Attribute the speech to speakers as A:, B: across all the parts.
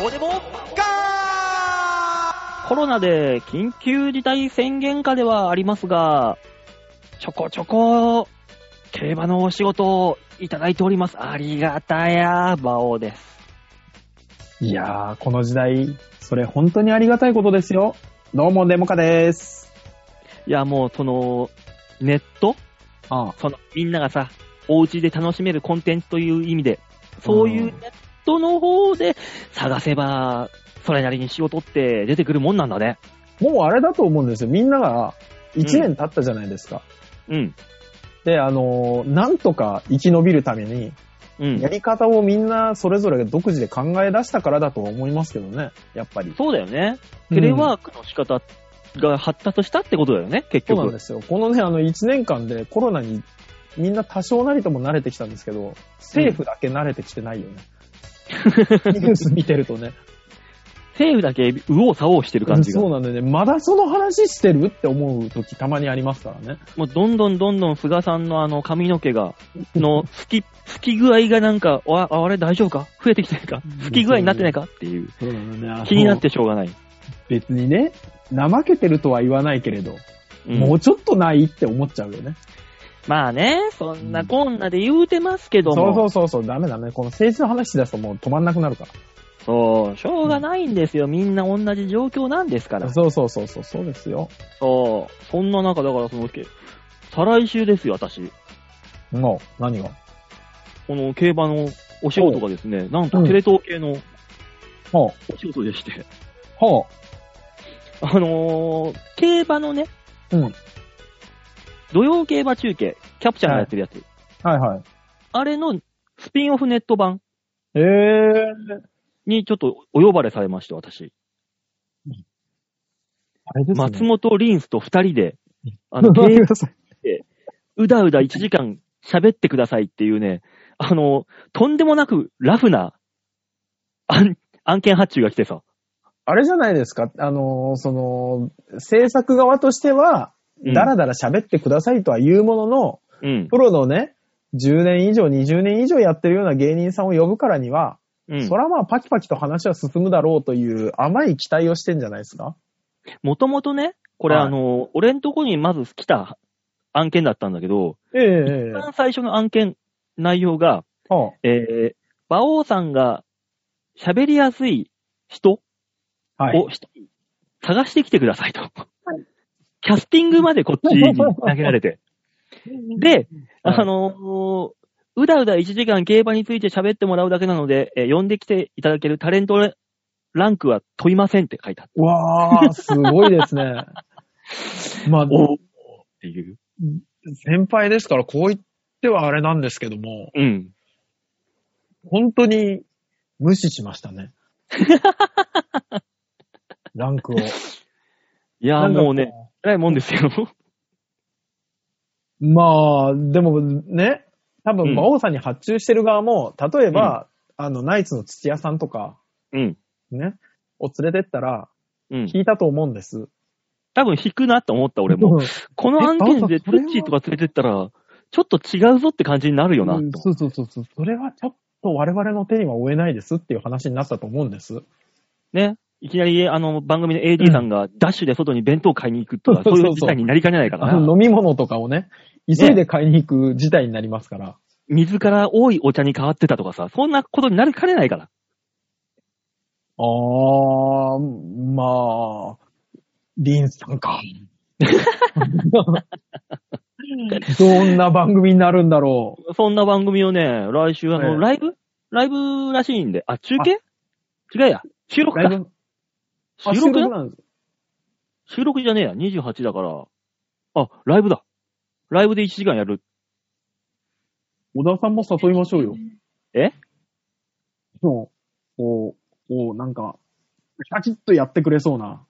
A: どうでもガー
B: コロナで緊急事態宣言下ではありますが、ちょこちょこ、競馬のお仕事をいただいております。ありがたや、馬王です。
C: いやー、この時代、それ本当にありがたいことですよ。どうも、デモカです。
B: いや、もう、その、ネット
C: ああ、
B: その、みんながさ、お家で楽しめるコンテンツという意味で、そういう
C: うん
B: ネットの方で探せば、それなりに仕事って出てくるもんなんだね。
C: もうあれだと思うんですよ。みんなが1年経ったじゃないですか。
B: うん。
C: で、あのーなんとか生き延びるために、
B: うん
C: や。り方をみんなそれぞれが独自で考え出したからだとは思いますけどね、やっぱり。
B: そうだよね。テレワークの仕方が発達したってことだよね、結
C: そうな
B: 局。
C: んですよ。このね、あの、1年間でコロナにみんな多少なりとも慣れてきたんですけど、政府だけ慣れてきてない よね。ニュース見てるとね。
B: 政府だけ右往左往してる感じが。
C: そうなんだよね。まだその話してるって思う時たまにありますからね。
B: もうどんどんどんどん菅さんのあの髪の毛が、 の、吹き、吹き具合がなんか、あ、ああれ大丈夫か増えてきてるか
C: うん
B: 吹き具合になってないかっていう。
C: そうなんだね
B: 気になっ。てしょうがない。
C: 別にね、怠けてるとは言わないけれど、
B: うん
C: もうちょっとないって思っちゃうよね。
B: まあね、そんなこんなで言うてますけど
C: そうそ
B: も。
C: うそうそう、ダメダメ。この政治の話し出すともう止まんなくなるか。
B: そうしょうがないんですよ。みんな同じ状況なんですからら。
C: そうそうそうそう、そうですよ。
B: そう。そんな中、だからその、け再来週ですよ、私。
C: もう、何が。
B: この競馬のお仕事がですね、なんとテレ東系の
C: ほう、
B: お仕事でして、
C: ほ
B: あのー、競馬のね、
C: う。うん。
B: 土曜競馬中継、キャプチャーがやってるやつ。
C: はいはい。
B: あれのスピンオフネット版
C: ええー。
B: にちょっとお呼ばれされまして、私。
C: あれですね。
B: 松本リンスと二人で、あ の、競馬
C: ださい。
B: うだうだ1時間喋ってくださいっていうね、あの、とんでもなくラフな案案件発注が来てさ。
C: あれじゃないですか。あのー、その、制作側としては、
B: うん
C: だらだら喋ってくださいとは言うものの、
B: うん。
C: プロのね、10年以上、20年以上やってるような芸人さんを呼ぶからには、
B: うん
C: そ。らまあパキパキと話は進むだろうという甘い期待をしてんじゃないですか
B: もともとね、これ
C: はい
B: あの、俺んとこにまず来た案件だったんだけど、
C: ええ
B: 一番最初の案件、内容が、
C: は
B: えー、馬王さんが喋りやすい人
C: あはい。
B: を一人探してきてくださいと。キャスティングまでこっち に投げられて。で、
C: はい
B: あのーうだうだ1時間競馬について喋ってもらうだけなので、えー呼んできていただけるタレントランクは問いませんって書いてあった。
C: わー、すごいで すね。まあ、
B: おっていう。
C: 先輩ですからこう言ってはあれなんですけども、
B: うん。
C: 本当に無視しました ね。ランクを。
B: いやー
C: なんか
B: もうね、。辛いもんですよ。
C: まあ、でもね、多
B: うん
C: 分、馬王さんに発注してる側も、例えば、あの、ナイツの土屋さんとか、
B: うん。
C: ね、を連れてったら、
B: うん。
C: 聞いたと思うんです。
B: 多分引くなと思った俺も。
C: うん
B: この案
C: え馬
B: 件
C: 王さ
B: で
C: ん
B: ト
C: それは
B: ゥッチーとか連れてったら、ちょっと違うぞって感じになるよな、
C: うん
B: と。
C: そうそうそうそう。それはちょっと我々の手には負えないですっていう話になったと思うんです。
B: ね。いきなり、あの、番組の AD さんがダッシュで外に弁当買いに行くとか、
C: そう
B: そう
C: そうそう
B: いう事態になりかねないから
C: あ
B: な
C: の飲み物とかをね、急いで買いに行く事態になりますから。
B: 水から多いお茶に変わってたとかさ、そんなことになりかねないから。
C: あー、まあ、リンさんか。 どんな番組になるんだろ う。
B: そんな番組をね、来週、あの、
C: ええ
B: ライブライブらしいんで、あ、中継違うや。収録
C: だい
B: か。
C: ぶ、あ
B: 収録
C: 収
B: だ
C: 録なんです
B: 収録じゃねえや。28だから。あ、ライブだ。ライブで1時間やる。
C: 小田さんも誘いましょうよ。
B: え
C: そう、こう、こう、なんか、シャキッとやってくれそうな。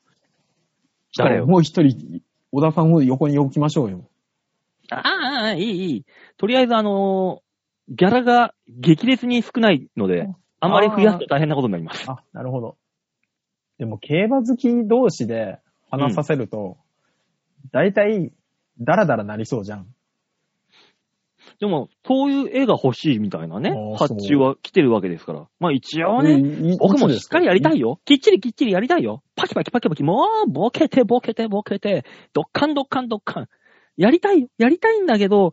B: 誰を
C: もう一人、小田さんを横に置きましょうよ。
B: ああああ、いい、いい。とりあえず、あのーギャラが激烈に少ないので、あんまり増やすと大変なことになります。
C: あ、なるほど。でも、競馬好き同士で話させると、大体、ダラダラなりそうじゃん。
B: でも、そういう絵が欲しいみたいなね
C: あー、
B: 発注は来てるわけですから。まあ一応ね、
C: ね
B: 僕もしっかりやりた
C: い
B: いよ。きっちりきっちりやりたいよ。パキパキパキパキ、もう、ボケてボケてボケて、ドッカンドッカンドッカン。やりたいよ。やりたいんだけど、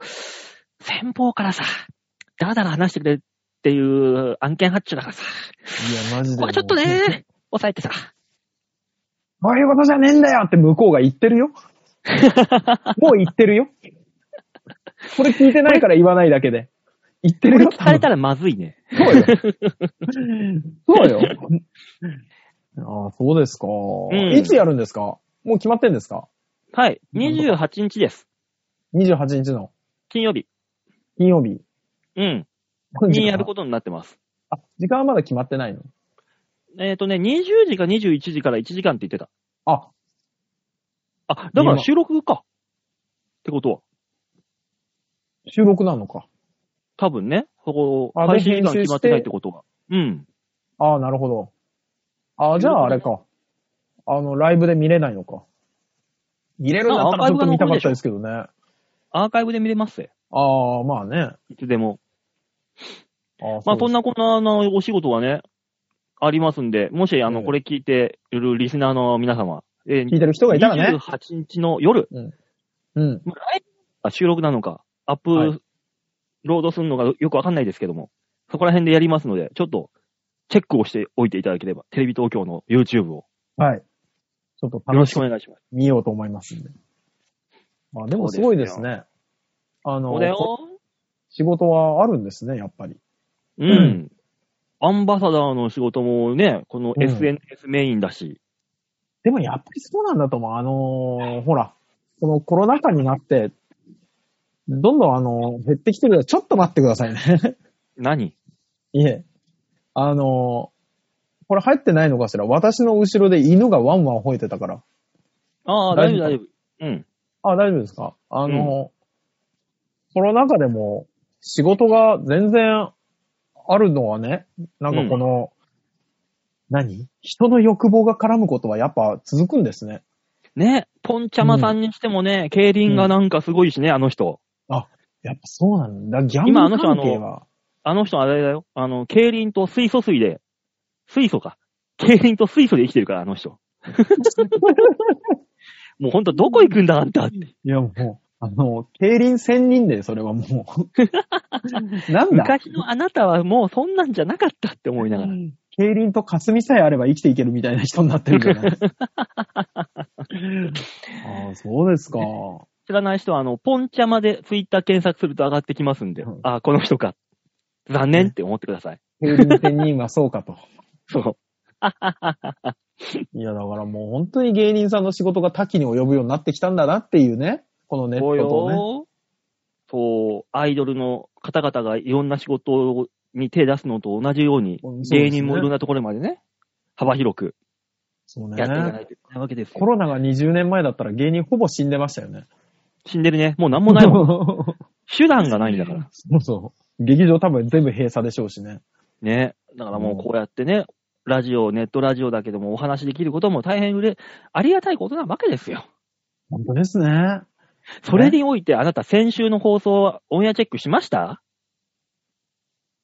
B: 先方からさ、だらだら話してくれっていう案件発注だからさ、
C: つ。いや、マジで。
B: これちょっと。ね、抑えてさ。
C: こういうことじゃねえんだよって向こうが言って るよ。もう言ってるよ。これ聞いてないから言わないだけで。言って
B: こ
C: る
B: れ
C: よ。
B: 聞かれたらまずいね。
C: そう よ。そうよ。ああ、そうですか、
B: ん
C: いつやるんですかもう決まってんですか
B: はい。
C: なる
B: 28日です。
C: ?28 日の
B: 金曜日。
C: 金曜日。
B: うん。
C: 何時か
B: に
C: な
B: やることになってます。
C: あ、時間はまだ決まってないの
B: えっ、とね、20時か21時から1時間って言ってた。
C: あ、
B: あ、だから収録か。ってことは。
C: 収録なのか。
B: 多分ね、そこ、
C: あ
B: 配信時
C: で編
B: 間
C: 集して
B: 決まってないってことが。うん。
C: ああ、なるほど。ああ、じゃああれか。あの、ライブで見れないのか。見れるんだったらちょっと見たかったですけどね。あ
B: アーカイブで見れますぜ
C: あ、まあね。
B: いつでも。
C: ああ、
B: まあ、
C: そ
B: そ
C: うん
B: なこんなあのお仕事はね、ありますんで、もし、あ
C: う
B: の、
C: ん
B: これ聞いているリスナーの皆様、え
C: 聞い
B: ー、
C: てる人がいたらね。
B: 28日の夜、
C: うん。
B: まあライブあ収録なのか、アップ、
C: はい
B: ロードするのかよくわかんないですけども、そこら辺でやりますので、ちょっと、チェックをしておいていただければ、テレビ東京の YouTube をよ
C: はい。ちょっと
B: ろ
C: 楽し
B: しくお願いします。
C: 見ようと思いますんで。あ、でもすごいですね。あの
B: そうだ、よ。
C: 仕事はあるんですね、やっぱり。
B: うん。アンバサダーの仕事もね、この
C: うん
B: SNS メインだし、
C: でもやっぱりそうなんだと思う。あのーほら、このコロナ禍になって、どんどんあのー減ってきてるからちょっと待ってくださいね。
B: 何
C: いえ。あのーこれ入ってないのかしら私の後ろで犬がワンワン吠えてたから。
B: ああ、
C: 大
B: 大
C: 丈
B: 丈夫、
C: 夫
B: 大丈夫。うん。
C: あ、大丈夫ですかあのーコロナ禍でも仕事が全然あるのはね、なんかこの、何人の欲望が絡むことはやっぱ続くんですね。
B: ね、ポンチャマさんにしてもね、競輪がなんかすごいしね、あの人。
C: やっぱそうなんだ。ギャン
B: 今あの
C: ブル
B: 人あ
C: 関
B: の
C: 係は。
B: あの人あれだよ。あの、競輪と水素水で、水素か。競輪と水素で生きてるから、あの人。もうほんとどこ行くんだ、あんたって。
C: いやもう、あの、競輪千人でそれはも う。なんだ
B: 昔のあなたはもうそんなんじゃなかったって思いながら。
C: 競輪と霞さえあれば生きていけるみたいな人になってるんじゃ ないああ、そうですか。
B: 知らない人は、あの、ポンチャマでツイッター検索すると上がってきますんで、
C: うん
B: ああ、この人か。残念って思ってください。
C: 競輪千人はそうかと。
B: そう。
C: いや、だからもう本当に芸人さんの仕事が多岐に及ぶようになってきたんだなっていうね。このネッ
B: そう
C: トとね。
B: よ。そう、アイドルの方々がいろんな仕事に手出すのと同じように、
C: うんそうですね
B: 芸人もいろんなところまでね、幅広く
C: そう
B: やっていかな
C: ね
B: い。といけないわけです
C: コ
B: よ。
C: ロナが20年前だったら芸人ほぼ死んでましたよね。
B: 死んでるね。もうなんもないもん。
C: ん。
B: 手段がないんだから。
C: そうそう。劇場多分全部閉鎖でしょうしね。
B: ね。だからもうこうやってね、ラジオ、ネットラジオだけどもお話できることも大変うれ、ありがたいことなわけですよ。
C: 本当ですね。
B: それにおいて、あなた先週の放送、オンエアチェックしました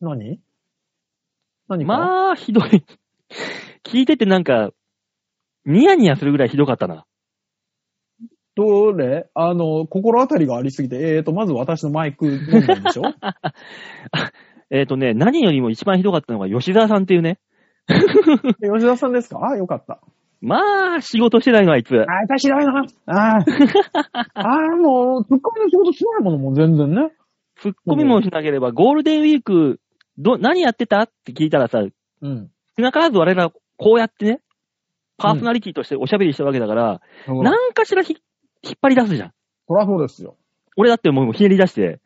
C: 何何か、
B: まあ、ひどい。聞いててなんか、ニヤニヤするぐらいひどかったな。
C: どれあの、心当たりがありすぎて、えーと、まず私のマイク問題で しょ
B: えっ、とね、何よりも一番ひどかったのが吉沢さんっていうね。
C: 吉田さんですかああ、よかった。
B: まあ、仕事してないのあいつ。
C: ああ、私だよな。あ あ。ああ、もう、ツッコミの仕事しないものもう全然ね。
B: ツッコミもしなければ、ゴールデンウィーク、ど、何やってたって聞いたらさ、
C: うん。
B: 少なからず我ら、こうやってね、パーソナリティとしておしゃべりしたわけだから、
C: な
B: なんかしらひ引っ張り出すじゃん。
C: そらそうですよ。
B: 俺だってもうひねり出して、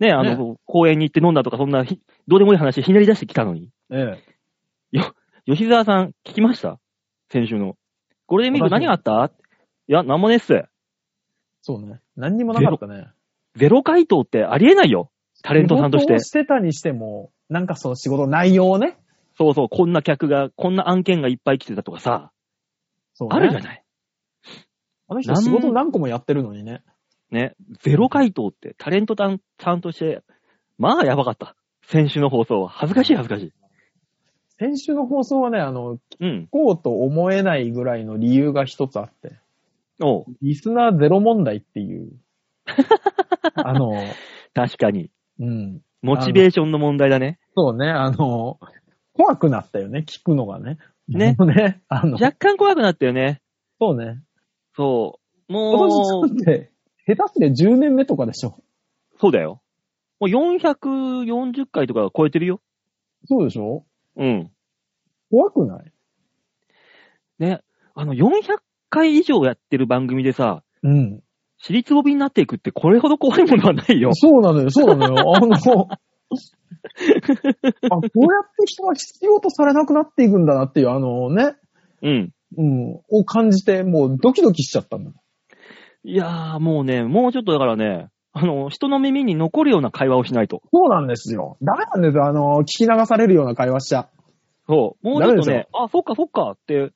B: ね、あの、公園に行って飲んだとか、そんなひ、どうでもいい話ひねり出してきたのに。
C: ええ。
B: 吉沢さん、聞きました先週の。ゴールデンウィーク何があったいや、なんもねっす。
C: そうね。何にもなかったね。
B: ゼロ回答ってありえないよ。タレントさんとし
C: 仕事を
B: て。
C: してたにしても、なんかその仕事の内容をね。
B: そうそう、こんな客が、こんな案件がいっぱい来てたとかさ、
C: そうね
B: あるじゃない。
C: あの人仕
B: な
C: 事
B: ん
C: 何個もやってるのにね。
B: ね、ゼロ回答って、タレントさんさんとしてまあ、やばかった。先週の放送は。恥ずかしい恥ずかしい。
C: 先週の放送はね、あの、
B: うん。
C: こうと思えないぐらいの理由が一つあって、
B: おう
C: リスナーゼロ問題っ ていう、あの、
B: 確かに。
C: うん。
B: モチベーションの問題だね。
C: そうね、あの、怖くなったよね、聞くのがね。
B: ね
C: もうね、あの、
B: 若干怖くなったよね。
C: そうね。
B: そう。
C: 今
B: もう
C: 年、だって、下手すりゃ10年目とかでしょ。
B: そうだよ。もう440回とか超えてるよ。
C: そうでしょ
B: うん。
C: 怖くない
B: ね。あの、400回以上やってる番組でさ、
C: うん。
B: 私立帯になっていくってこれほど怖いものはないよ。
C: そうなのよ、そうなの よ。あの、あ、こうやって人が必要とされなくなっていくんだなっていう、あのね、
B: うん。
C: うん、を感じて、もうドキドキしちゃったんだ。
B: いやー、もうね、もうちょっとだからね、あの、人の耳に残るような会話をしないと。
C: そうなんですよ。ダメなんですよ。あの、聞き流されるような会話しちゃ。
B: そう。もうちょっ
C: ダメで
B: と
C: す
B: ね
C: よ、
B: あ、そっかそっかって、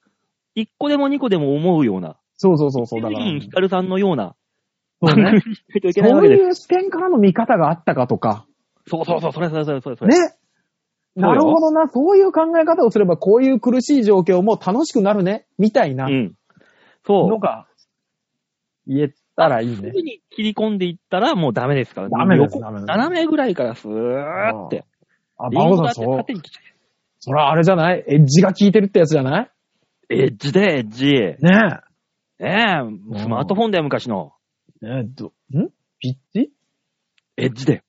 B: 一個でも二個でも思うような、
C: そうそうそう、そうだ
B: ヒ
C: か
B: ュー
C: ら。
B: ヒカルさんのような
C: そ
B: 番
C: う
B: 組に
C: ね。
B: しないといけないわ
C: そ
B: け
C: う
B: です。
C: いう視点からの見方があったかとか。
B: そうそうそう、それそれそれそれそれ。
C: ね。
B: そうよ
C: なるほどな。そういう考え方をすれば、こういう苦しい状況も楽しくなるね。みたいな
B: うん。そう
C: の。が、言えたらいい
B: す
C: ね。
B: ぐに切り込んでいったらもうダメですから。
C: ダメです、
B: 横
C: ダメです。
B: 斜めぐらいからスーって。
C: あ、
B: リ
C: バ
B: ン
C: オ
B: ゴだ
C: さん、
B: って
C: そう。
B: 縦に来ちゃ。
C: そらあれじゃないエッジが効いてるってやつじゃないう
B: エッジでエッジ。ね
C: ね
B: え、スマートフォンだよ、昔の。
C: え。ねえ、ど、んピッチ
B: エッジだよ。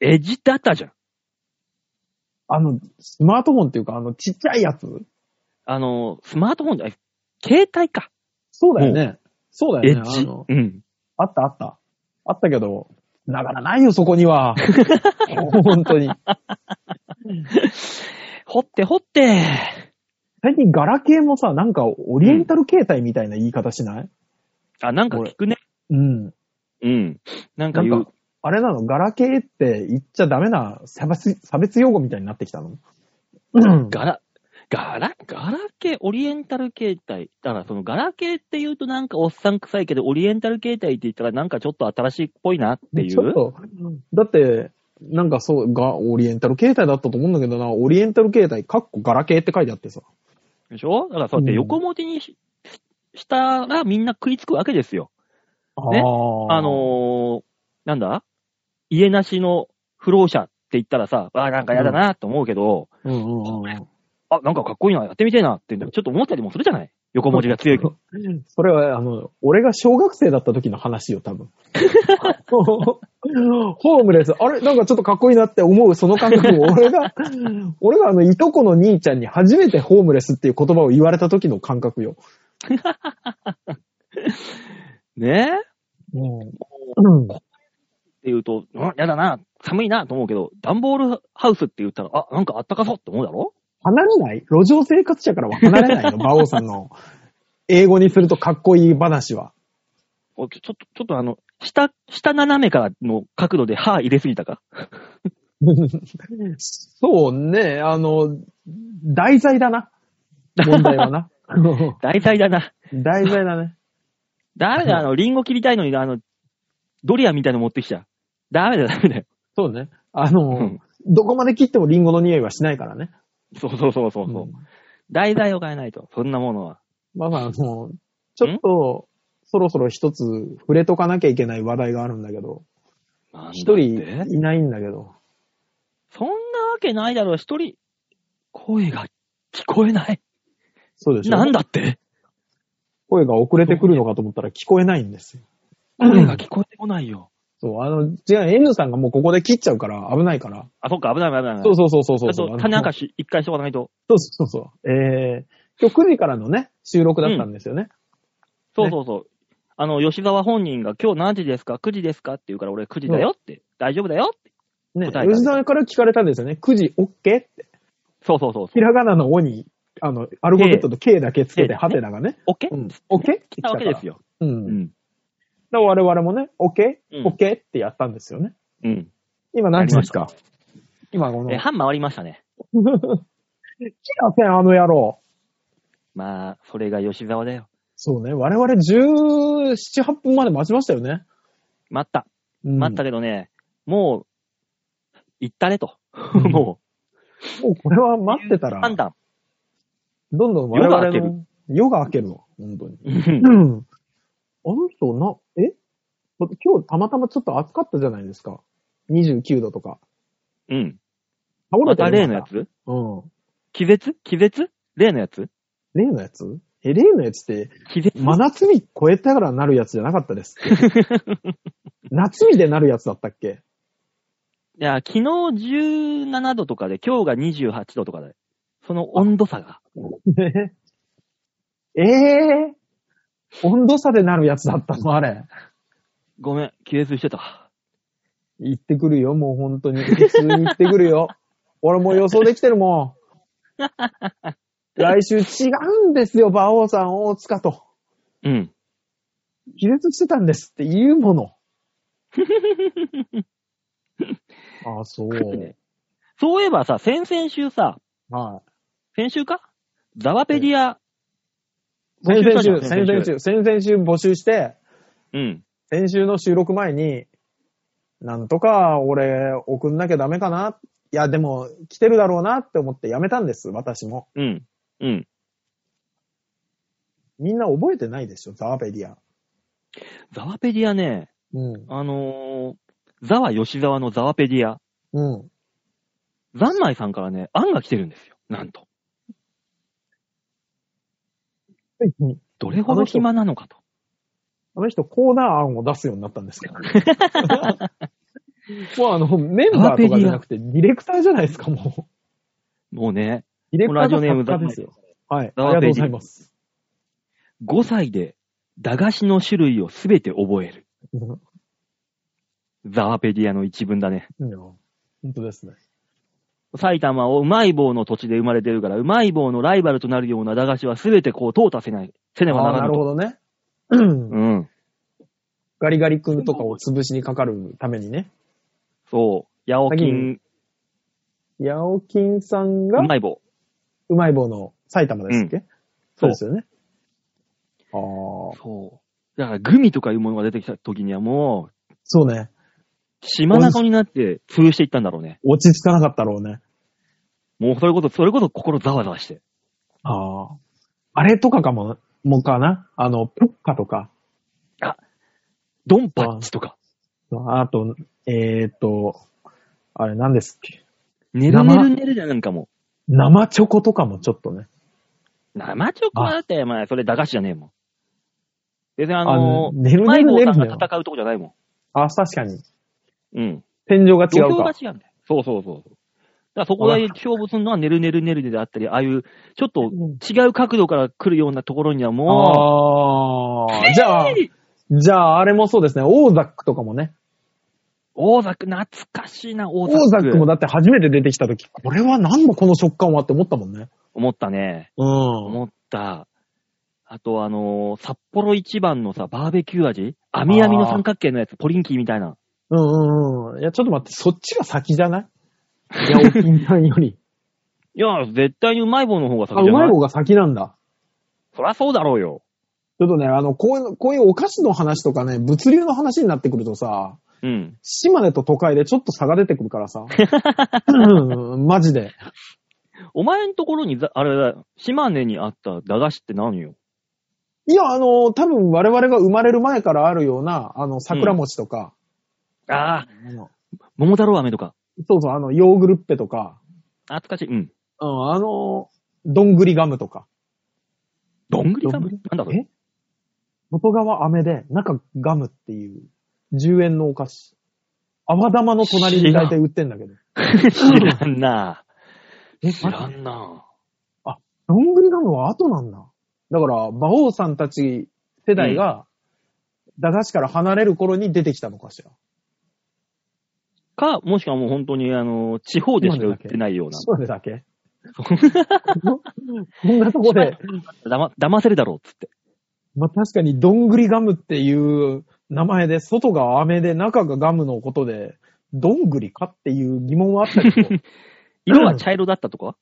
B: エッジだったじゃん。
C: あの、スマートフォンっていうか、あの、ちっちゃいやつ
B: あの、スマートフォンじゃない。携帯か。
C: そうだよね。そうだ
B: エ
C: よね。
B: ッ
C: あ
B: ジ
C: の。
B: うん。
C: あったあった。あったけど、ながらないよ、そこに は。本当に。
B: 掘って掘って。
C: 最近、ガラケーもさ、なんか、オリエンタル形態みたいな言い方しない
B: あ、なんか聞くね。
C: うん。
B: うん。なんか
C: な
B: 言
C: ん
B: う
C: か。、あれなの、ガラケーって言っちゃダメな差別、差別用語みたいになってきたのうん。
B: ガラ、ガラ、ガラ系、オリエンタル形態。だからそのガラ系って言うとなんかおっさん臭いけど、オリエンタル形態って言ったらなんかちょっと新しいっぽいなってい
C: ちょっ
B: う。
C: と、だって、なんかそう、が、オリエンタル形態だったと思うんだけどな、オリエンタル形態、かっこガラケーって書いてあってさ。
B: でしょだからそうやって横文字にし,、したらみんな食いつくわけですよ。ね
C: あ
B: あ、のー、なんだ家なしの不老者って言ったらさ、あーなんかやだなと思うけど、
C: うんうんうんうん。
B: あ、なんかかっこいいな、やってみてえなって、ちょっと思ったりもするじゃない横文字が強い。
C: それは、あの、俺が小学生だった時の話よ、多分。 ホームレス、あれなんかちょっとかっこいいなって思う、その感覚を、俺 が、俺があの、いとこの兄ちゃんに初めてホームレスっていう言葉を言われた時の感覚よ。
B: ね
C: うん。
B: って言うと、うん、やだな、寒いなと思うけど、段ボールハウスって言ったら、あ、なんかあったかそうって思うだろ
C: 離れない路上生活者からは離れないの、馬王さんの。英語にするとかっこいい話は。
B: おちょちょっと、ちょっとあの、下、下斜めからの角度で歯入れすぎたか
C: そうね、あの、題材だな。問題は な。
B: 大体だな。
C: 題材だね。
B: ダメだよ、あの、リンゴ切りたいのに、あの、ドリアンみたいの持ってきちゃう。ダメだよ、ダメだよ。
C: そうね。あ
B: う
C: の
B: ん、
C: どこまで切ってもリンゴの匂いはしないからね。
B: そうそうそうそう。う題材を変えないと、そんなものは。
C: まあまあ、あの、ちょっと、そろそろ一つ触れとかなきゃいけない話題があるんだけど、一人
B: なんだって
C: いないんだけど。
B: そんなわけないだろう、一人、声が聞こえない。
C: そうでしょ
B: なんだって
C: 声が遅れてくるのかと思ったら聞こえないんですよ。
B: 声が聞こえてこないよ。
C: そう、あの、じゃあ N さんがもうここで切っちゃうから危ないから。
B: あ、そっか、危ない危ない危ない。
C: そうそうそうそうそう。
B: ち
C: そ
B: ょ
C: う
B: っと、種明かし一回しとかないと。
C: そうそうそう。えー、今日9時からのね、収録だったんですよね。
B: そうそうそう。あの、吉沢本人が今日何時ですか ?9 時ですかって言うから俺9時だよって。大丈夫だよって。
C: ね、
B: 答えた
C: 吉沢から聞かれたんですよね。9時 OK って。
B: そうそうそうそ
C: ひ
B: う。
C: らがなの「お」に、あの、アルファベットの K だけつけて、ハテナがね。
B: オッケー
C: う
B: 来
C: ん。OK? って来
B: たわけです
C: よ。
B: よ。
C: う。
B: うんん。
C: だ我々もね、OK?OK?、
B: うん
C: OK ってやったんですよね。
B: うん。
C: 今何時ですか今この。
B: え、
C: キ
B: 半回りましたね。
C: ラせん、あの野郎。
B: まあ、それが吉沢だよ。
C: そうね、我々17、8分まで待ちましたよね。
B: 待った。
C: うん
B: 待ったけどね、もう、行ったねと。
C: う ん
B: も
C: もうこれは待ってた
B: う、
C: ら、
B: 判断。
C: どんどん我々
B: 夜が明け
C: の夜が明けるわ、本当に。
B: うん
C: うん。あの人な、え今日たまたまちょっと暑かったじゃないですか。29度とか。
B: うん。
C: 倒
B: ま
C: れて
B: た
C: る
B: 例のやつ
C: うん。
B: 気絶気絶例のやつ
C: 例のやつえ、例のやつって、
B: 気絶
C: 真夏日超えたからなるやつじゃなかったですっけ。夏日でなるやつだったっけ
B: いや、昨日17度とかで、今日が28度とかで、その温度差が。
C: ねええ温度差でなるやつだったのあれ。
B: ごめん、気絶してた。
C: 行ってくるよ、もう本当に。普通に行ってくるよ。俺もう予想できてるもん。来週違うんですよ、馬王さん、大塚と。
B: うん。
C: 気絶してたんですって言うもの。ああ、そう。
B: ねそういえばさ、先々週さ、
C: は
B: 先週かザワペディア、
C: い。先々週、
B: 募集したじゃん
C: 先々週、先々週募集して、
B: うん。
C: 先週の収録前に、なんとか俺送んなきゃダメかな。いや、でも来てるだろうなって思ってやめたんです、私も。
B: うん。うん。
C: みんな覚えてないでしょ、ザワペディア。
B: ザワペディアね、
C: うん。
B: あのー、ザワ吉沢のザワペディア、
C: うん。
B: ザンマイさんからね、案が来てるんですよ。なんと。どれほど暇なのかと。
C: あの人コーナー案を出すようになったんです けど。もうあの、メンバーとかじゃなくて、ディレクターじゃないですか、も
B: もうね、
C: う。ディレクター
B: ラジオネーム
C: と作家ですよ。はい。
B: ザ
C: あ
B: ワ
C: り
B: ペ
C: がと
B: ディ
C: うございます。
B: 5歳で駄菓子の種類をすべて覚える。
C: うん
B: ザワペディアの一文だね。
C: いや本当ですね。
B: 埼玉をうまい棒の土地で生まれてるから、うまい棒のライバルとなるような駄菓子はすべてこう、淘汰せない。せねば
C: あ
B: なら
C: あ、な
B: ぬ
C: る
B: と。
C: ほどね。うん
B: うん。
C: ガリガリ君とかを潰しにかかるためにね。
B: そう。ヤオキ
C: 先
B: ン
C: に、ヤオキンさん
B: う
C: が、
B: まい棒。
C: うまい棒の埼玉ですっけ、そうですよね。ああ、
B: そう。だから、グミとかいうものが出てきた時にはもう、
C: そうね。
B: 島中になって潰していったんだろうね。
C: 落ち着かなかったろうね。
B: もうそれこそ、それこそ心ざわざわして。
C: ああ。あれとかかも、もかなあの、ポッカとか、
B: ドンパッチとか、
C: あと、えーっと、あれ何ですっけ
B: ねるねるねるじゃなんかも。
C: 生チョコとかもちょっとね。
B: 生チョコはだって、まあ、それ駄菓子じゃねえもん。別にあのー、
C: ねる
B: うま
C: ね
B: い
C: る
B: 棒
C: ね
B: さ
C: る
B: ん
C: ね
B: が
C: る。
B: 戦うとこじゃないも
C: あ、確かに。
B: ん。うん。
C: 天井が違
B: 土
C: う
B: 俵が
C: か。
B: 違うんだよ。そうそうそうそう。だからそこで勝負するのはねるねるねるねであったり、ああいう、ちょっと違う角度から来るようなところにはも
C: あ
B: う、
C: あ、じゃあ、
B: えい
C: じゃああれもそうですね。オーザックとかもね。
B: 大ザク、懐かしいな、大
C: オ
B: ザク。
C: ーザックもだって初めて出てきた時、これは何だこの食感はって思ったもんね。
B: 思ったね。
C: うん。
B: 思った。あと、あのー札幌一番のさ、バーベキュー味網網の三角形のやつ、ポリンキーみたいな。
C: うんうんうん。いや、ちょっと待って、そっちが先じゃないいや、おきんさんより。
B: いや、絶対にうまい棒の方が
C: あ、
B: 先じ
C: う
B: ゃな
C: ま
B: い
C: い棒が先なんだ。
B: そりゃそうだろうよ。
C: ちょっとね、あの、こういう、こういうお菓子の話とかね、物流の話になってくるとさ、
B: うん。
C: 島根と都会でちょっと差が出てくるから さ。うん、マジで。
B: お前んところにざ、あれだ、島根にあった駄菓子って何よ
C: いや、あの、多分我々が生まれる前からあるような、あの、桜餅とか、
B: ああ、
C: あの
B: 桃太郎飴とか。
C: そうそう、あの、ヨーグルッペとか、
B: 懐かしい。うん。
C: うん、あの、どんぐりガムとか。
B: どんぐりガム
C: どんぐ
B: なんだそれ。
C: え外側飴で、中ガムっていう、10円のお菓子。泡玉の隣に大体売ってんだけど。
B: 知らんな
C: え、
B: 知らんな
C: どんぐりガムは後なんだ。だから、馬王さんたち世代が、駄菓子から離れる頃に出てきたのかしら。
B: か、もしくはもう本当に、あの、地方でしか売ってないような。
C: そうだけ こんなとこで、
B: だま、 騙せるだろうっつって。
C: まあ、確かに、どんぐりガムっていう名前で、外が飴で中がガムのことで、どんぐりかっていう疑問はあった けど、い
B: 色が茶色だったとか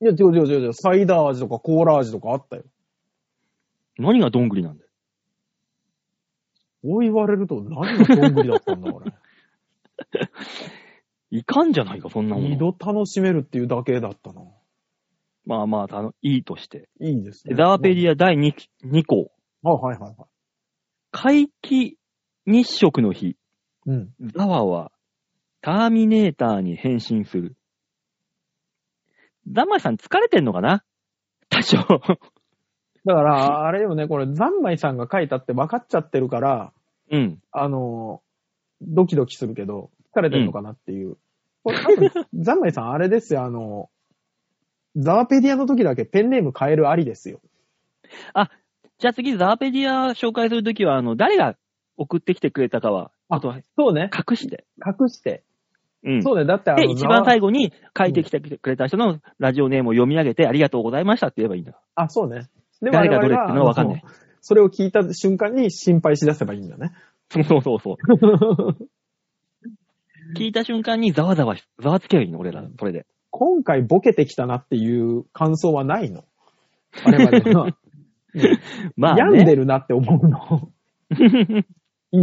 C: や、違う違う違う違う、サイダー味とかコーラ味とかあったよ。
B: 何がどんぐりなんだよ。
C: こう言われると何がどんぐりだったんだ、これ。
B: いかんじゃないか、そんなも
C: 二
B: の。
C: 度楽しめるっていうだけだったな。
B: まあまあ、あの、いいとして。
C: いいです
B: で
C: ね。
B: ザワペディア第 2, 2項。
C: ア。あ、はいはいは
B: 皆既日食の日、
C: い。うん。
B: ザワはターミネーターに変身する。ザンマイさん疲れてんのかな多 少。
C: だから、あれよね、これ、ザンマイさんが書いたって分かっちゃってるから、
B: うん。
C: あの、ドキドキするけど、疲れてるのかなっていう。これ多分ザンマイさんあれですよ、あの、ザワペディアの時だけペンネーム変えるありですよ。
B: じゃあ次、ザワペディア紹介するときは、あの、誰が送ってきてくれたかは、
C: あ
B: あとは
C: そうね。
B: 隠して。
C: 隠して。
B: うん。
C: そうね。だってあ
B: で、
C: の、
B: 一番
C: ザワ
B: 最後に書いてきてくれた人のラジオネームを読み上げて、ありがとうございましたって言えばいいんだ。
C: あ、そうね。で
B: 誰がどれっていうのは分かんない。。
C: 我々がそうそれを聞いた瞬間に心配し出せばいいん だね。
B: そうそうそうそう。 聞いた瞬間にざわざわし、ざわつけばいいの、俺ら、それで。
C: 今回ボケてきたなっていう感想はないの。我々は。
B: まあ、ね。
C: 病んでるなって思 うの。い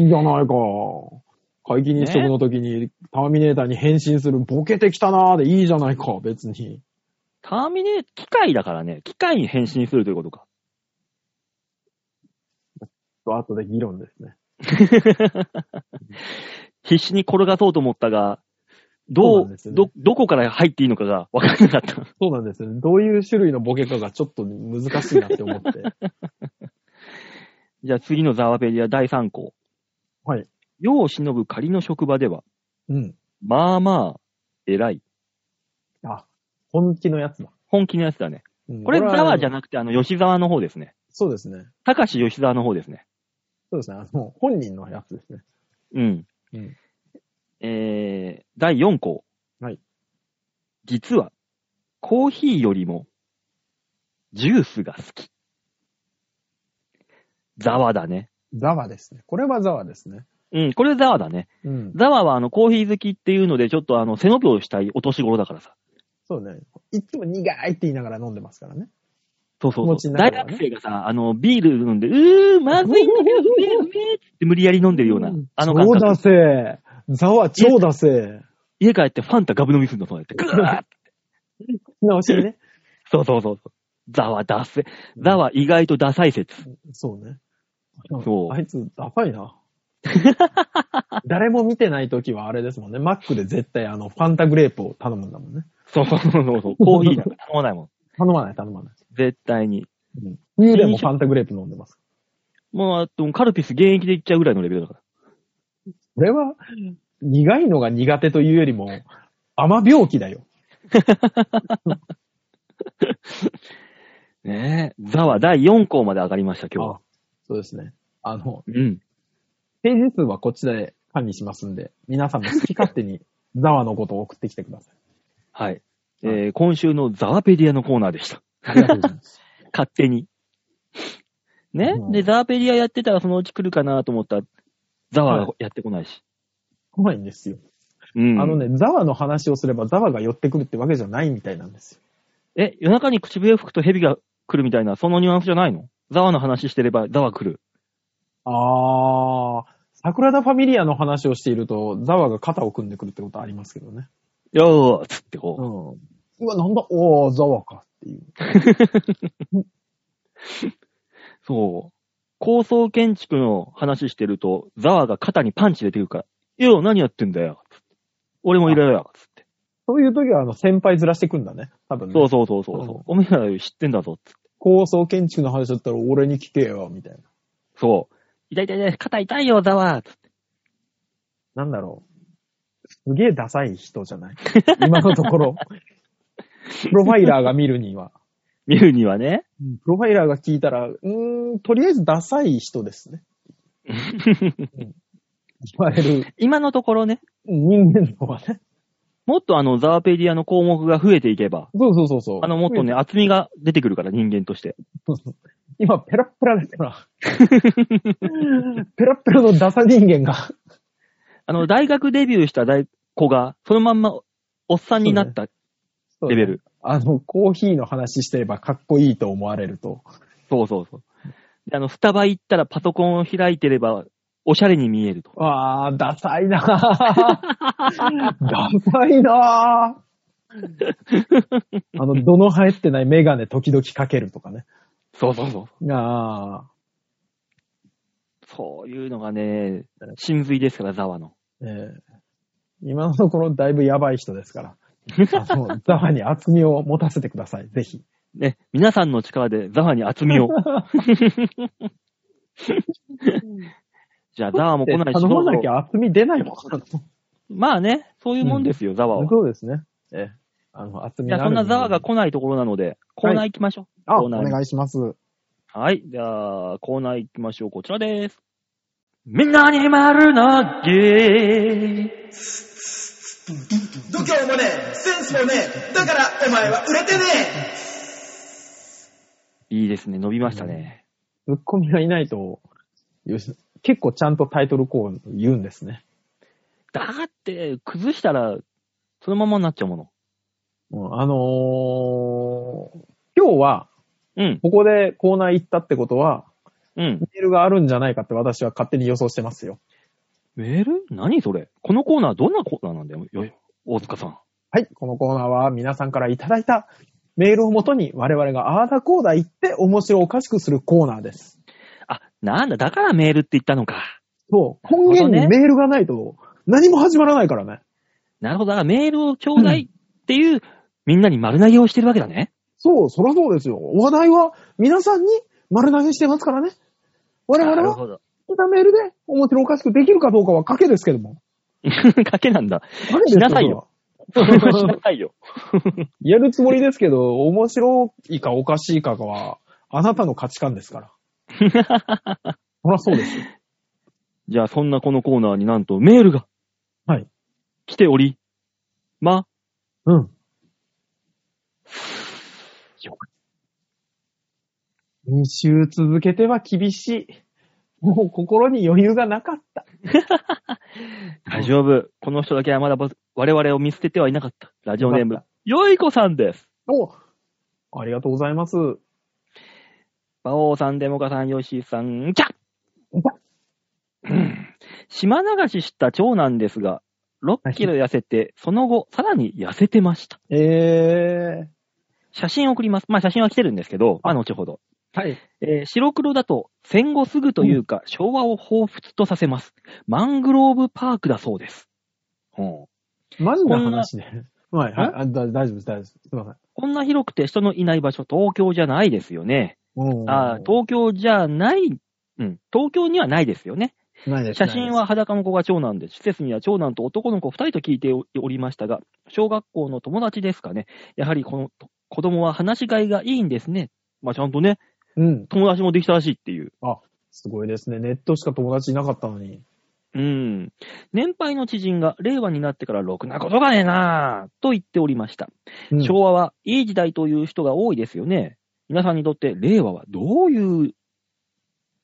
C: いじゃないか。会議日食の時にターミネーターに変身するボケてきたなーでいいじゃないか、別に。
B: ターミネー、機械だからね、機械に変身するということか。
C: と、後で議論ですね。
B: 必死に転がそうと思ったが、
C: そう
B: ど
C: なん
B: う、
C: ですよね
B: ど、どこから入っていいのかが 分からなかった。
C: そうなんですね。どういう種類のボケかがちょっと難しいなって思 って。
B: じゃあ次のザワペディア第3項。
C: はい。
B: 世を忍ぶ仮の職場では、
C: うん。
B: まあまあ、偉い。
C: あ、本気のやつだ。
B: 本気のやつだね。
C: うん
B: これ、ザワじゃ
C: い。
B: なくて、あの、吉沢の方ですね。
C: そうですね。
B: 高橋吉沢の方ですね。
C: そうですね。あの、本人のやつですね。
B: うん。
C: うん
B: えー、第4項。
C: はい。
B: 実は、コーヒーよりも、ジュースが好き。ザワだね。
C: ザワですね。これはザワですね。
B: うん、これザワだね。
C: うん。
B: ザワはあの、コーヒー好きっていうので、ちょっとあの、背伸びをしたいお年頃だからさ。
C: そうね。いつも苦いって言いながら飲んでますからね。
B: そうそ
C: 気持
B: う
C: ち
B: そ
C: に
B: う。
C: な
B: 大
C: るわね
B: 学生がさ、あの、ビール飲んで、うー、まずいんだけど、うめえ、うめえって無理やり飲んでるような、あの感
C: 超
B: 覚。
C: だせー。ザワ超だせー。
B: 家帰ってファンタガブ飲みするの、 そうやって。ぐーって
C: 直しね。
B: そうそうそうそう。ザワダセ。ザワ意外とダサい説。
C: そうね。
B: そう
C: あいつ、ダサい な。誰も見てない時はあれですもんね。マックで絶対あの、ファンタグレープを頼むんだもんね。
B: そうそうそう そう。コーヒーなんか頼まないもん。
C: 頼まない、頼まない。
B: 絶対に。
C: うん。冬でもファンタグレープ飲んでます。
B: もう、あと、カルピス現役でいっちゃうぐらいのレベルだから。
C: これは、苦いのが苦手というよりも、甘病気だよ。
B: ねえ。ザワ第4項まで上がりました、今日は
C: あ。そうですね。あの、
B: うん。
C: ページ数はこっちで管理しますんで、皆さんも好き勝手にザワのことを送ってきてください。
B: はい。えー、今週のザワペディアのコーナーでした。
C: ありがとうございます。
B: 勝手に。ね、
C: うん
B: で、ザワペディアやってたらそのうち来るかなと思ったら、ザワがやってこないし。
C: 怖いんですよ。
B: うん。
C: あの。ね、ザワの話をすればザワが寄ってくるってわけじゃないみたいなんですよ。
B: え、夜中に口笛吹くと蛇が来るみたいな、そのニュアンスじゃないのザワの話してればザワ来る。
C: あー、桜田ファミリアの話をしていると、ザワが肩を組んでくるってことはありますけどね。
B: よーっつって
C: う
B: こ
C: ん。うわ、なんだ、おー、ザワかっていう。
B: う、そう。高層建築の話してると、ザワが肩にパンチ出てくるから、よー何やってんだよ、つって。俺もいるよ、つって。
C: そういう時は、あの、先輩ずらしてくんだね。多分ね。
B: そうそうそうそう。
C: うん
B: おめえらより知ってんだぞ、つって。
C: 高層建築の話だったら、俺に聞けよ、みたいな。
B: そう。痛い痛い痛い、肩痛いよ、ザワつって。
C: なんだろう。すげえダサい人じゃない今のとこ ろ。プロファイラーが見るには。
B: 見るにはね。
C: プロファイラーが聞いたら、うーん、とりあえずダサい人ですね。うんいわゆる
B: 今のところね、
C: 人間のはね。
B: もっとあの、ザワペディアの項目が増えていけば、
C: そうそうそうそう。
B: あの、もっとね、厚みが出てくるから、人間として。
C: そうそう。今、ペラッペラですから。 ペラッペラのダサ人間が。
B: あの、大学デビューした大子が、そのまんま、おっさんになったレベル。
C: あの、コーヒーの話してればかっこいいと思われると。
B: そうそうそう。であの、スタバ行ったらパソコンを開いてれば、おしゃれに見えると。
C: わー、ダサい なぁ。ダサいなぁ。あの、どの入ってないメガネ時々かけるとかね。
B: そうそうそう。
C: あ
B: そういうのがね、真髄ですから、ザワの。
C: ー、えー今のところだいぶやばい人ですから。あ の、ザワに厚みを持たせてください、ぜひ。
B: ね、皆さんの力でザワに厚 みを。じゃあ、ザワも来ないし、
C: 頼まな
B: どう
C: き
B: ぞ
C: ゃ厚み出ないもんな
B: まあね、そういうもんですよ、ザワ
C: の。
B: は。
C: そうですね。ええあの、厚み
B: じゃあ、そんなザワが来ないところなので、コーナー行きましょ
C: あ、
B: コー
C: お
B: ナーに
C: 願いします。
B: う。はい。じゃあ、コーナー行きましょう。こちらです。みんなに丸投げ
A: 度胸もねえセンスもねえだからお前は売れてねえ
B: いいですね、伸びましたね。
C: ツッコミがいないと、よし結構ちゃんとタイトルコール言うんですね。
B: だって、崩したら、そのままになっちゃうもの。
C: うんあのー今日は、
B: うん、
C: ここでコーナー行ったってことは、
B: うん。
C: メールがあるんじゃないかって私は勝手に予想してますよ。
B: メール何それこのコーナーどんなコーナーなんだよ、よ大塚さん。
C: はい、このコーナーは皆さんからいただいたメールをもとに我々があーだこーだ言って面白おかしくするコーナーです。
B: あ、なんだ、だからメールって言ったのか。
C: そう、
B: なる
C: 根
B: ほどね
C: 源にメールがないと何も始まらないからね。
B: なるほど、だからメールをちょうだいっていう、みんなに丸投げをしてるわけだね。
C: そう、そらそうですよ。話題は皆さんに丸投げしてますからね。我
B: な
C: 々
B: る
C: は
B: ほど。
C: こんなメールで面白おかしくできるかどうかは賭けですけども。
B: 賭けなんだ。
C: 賭けです
B: しなさいよ。それはしなさいよ。
C: やるつもりですけど、面白いかおかしいかは、あなたの価値観ですから。そらそうですよ。
B: じゃあ、そんなこのコーナーになんとメールが。
C: はい。
B: 来ており。ま、
C: うん。2週続けては厳しい。もう心に余裕がなかった。
B: 大丈夫。この人だけはまだぼ我々を見捨ててはいなかった。ラジオネー
C: よ
B: ム
C: かっ、
B: よいこさんです。
C: おありがとうございます。
B: 馬王さん、デモカさん、ヨッシーさん、キャッ
C: んば
B: うん島流しした長男ですが、6キロ痩せて、その後、さらに痩せてました。
C: えー。
B: 写真送ります。まあ、写真は来てるんですけど、まあ、後ほど。
C: はい。
B: えー白黒だと、戦後すぐというか、昭和を彷彿とさせます。マングローブパークだそうです。ほう
C: マジな話ね。はい、はい
B: ん
C: あだ大丈夫です、大丈夫です。すいません。
B: こんな広くて人のいない場所、東京じゃないですよね。
C: うん
B: あー東京じゃない、うん、東京にはないですよね。
C: ないです
B: 写真は裸の子が長男で、施設には長男と男の子2人と聞いておりましたが、小学校の友達ですかね。やはりこのと子供は話しがいがいいんですね。まあちゃんとね、
C: うん。
B: 友達もできたらしいっていう。
C: すごいですね。ネットしか友達いなかったのに。
B: うん。年配の知人が令和になってからろくなことがねえなあと言っておりました。
C: うん
B: 昭和はいい時代という人が多いですよね。皆さんにとって令和はどういう、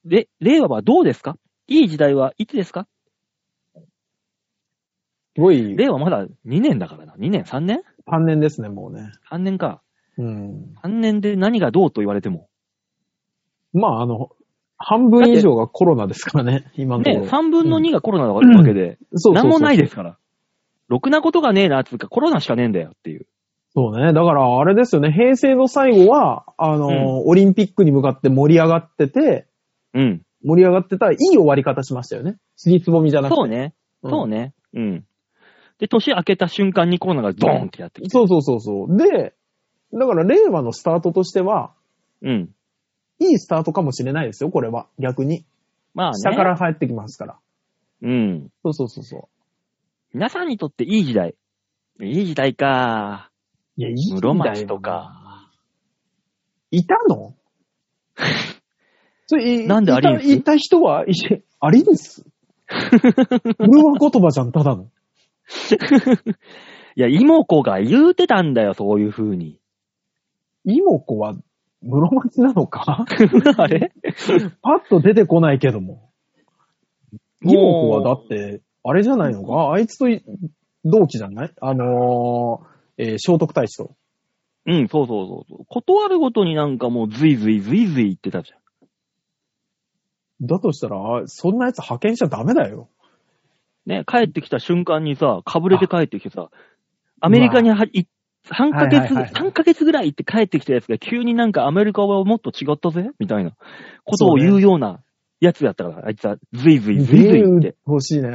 B: で、令和はどうですかいい時代はいつですか
C: すごい、
B: 令和まだ2年だからな。2年 ?3 年
C: 3年ですね、もうね。
B: ?3 年か。
C: うん。
B: 3年で何がどうと言われても。
C: まあ、あの、半分以上がコロナですからね、今のとこ
B: ね、
C: ろ。
B: 3分の2がコロナなわけで、
C: そうそうそう
B: 何もないですから。ろくなことがねえな、つうか、コロナしかねえんだよっていう。
C: そうね。だから、あれですよね、平成の最後は、あの、オリンピックに向かって盛り上がってて、
B: うん。
C: 盛り上がってた、いい終わり方しましたよね。尻つぼみじゃなくて。
B: そうね。
C: うん
B: そうね。うん。で、年明けた瞬間にコロナがドーンってやってきて。
C: そうそうそうそう。で、だから、令和のスタートとしては、
B: うん。
C: いいスタートかもしれないですよ、これは。逆に。
B: まあね。
C: 下から入ってきますから。
B: うん。
C: そうそうそうそう。
B: 皆さんにとっていい時代。いい時代か。
C: いや、いい時代
B: 室町とか。
C: いた のそれい
B: なんでアリウス
C: いたいた人はい、アリ ウスムーア言葉じゃん、ただの。
B: いや、妹子が言うてたんだよ、そういう風に。
C: イモコは室町なの か
B: あれ
C: パッと出てこないけども。イモコはだって、あれじゃないのかあいつとい同期じゃないあのー、えー聖徳太子と。
B: うん、そうそうそうそう。断るごとになんかもうずいずいずいずい言ってたじゃん。
C: だとしたら、あそんなやつ派遣しちゃダメだよ。
B: ね、帰ってきた瞬間にさ、かぶれて帰ってきてさ、アメリカには、い3ヶ月、
C: はいはいはい
B: 3ヶ月ぐらい行って帰ってきたやつが急になんかアメリカはもっと違ったぜみたいなことを言うようなやつだったから、あいつはずいずいずいずい言って。
C: 欲しいね。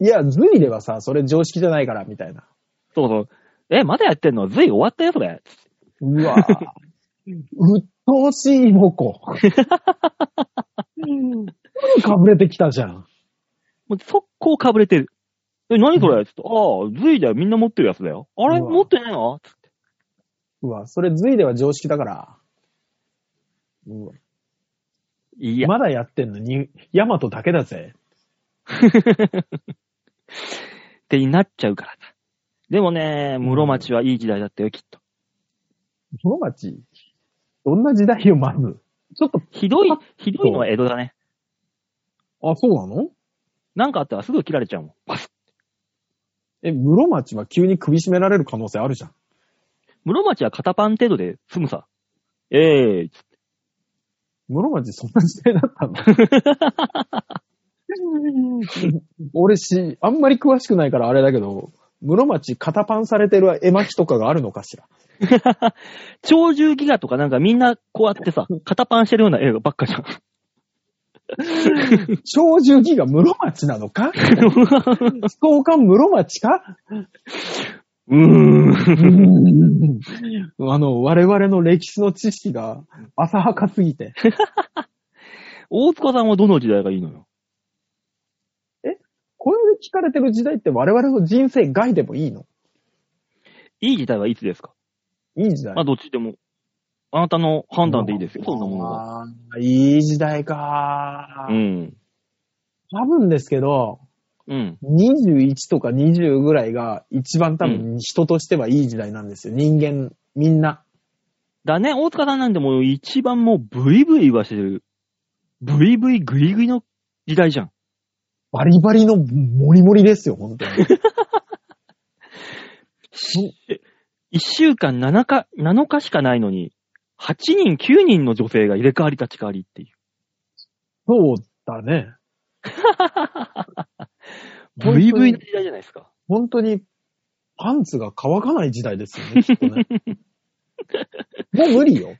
C: いや、ズイではさ、それ常識じゃないから、みたいな。
B: そうそう。え、まだやってんのずい終わったよ、それ。
C: うわぁ。うっとうしいモコ。かぶれてきたじゃん。
B: もう速攻かぶれてる。え、何それつって、ああ、ずいだよ、みんな持ってるやつだよ。あれ
C: うわ
B: 持ってないのつって
C: うわ、それズイでは常識だから。うわ
B: いや、
C: まだやってんのに、ヤマトだけだぜ。
B: ってなっちゃうからさ。でもね、室町はいい時代だったよ、きっと。
C: 室町、どんな時代よ、まず。ちょっと、
B: ひどい、ひどいのは江戸だね。
C: あ、そうなの
B: なんかあったらすぐ切られちゃうもん。
C: え、室町は急に首絞められる可能性あるじゃん。
B: 室町は肩パン程度で済むさ。ええ
C: 室町そんな時代だったの 俺し、あんまり詳しくないからあれだけど、室町肩パンされてる絵巻とかがあるのかしら。
B: 超重ギガとかなんかみんなこうやってさ、肩パンしてるような映画ばっかじゃん。
C: 超重義が室町なのか 福岡室町か
B: うーん。
C: あの、我々の歴史の知識が浅はかすぎて。
B: 大塚さんはどの時代がいいのよ。
C: これで聞かれてる時代って我々の人生外でもいいの
B: いい時代はいつですか
C: いい時代
B: まあどっちでも。あなたの判断でいいですよ、そんなものは。
C: あーいい時代か
B: う。ん。
C: 多分ですけど、
B: うん。
C: 21とか20ぐらいが一番多分人としてはいい時代なんですよ。人間、みんな。
B: だね、大塚さんなんてもう一番もうブイブイ言わしてる。ブイブイグイグイの時代じゃん。
C: バリバリのモリモリですよ、本 当に。
B: 一週間7日、7日しかないのに、8人、9人の女性が入れ替わり立ち替わりっていう。
C: そうだね。
B: ブイブイの時代じゃないですか。
C: 本当に、パンツが乾かない時代ですよね、きっとね。 もう無理よ。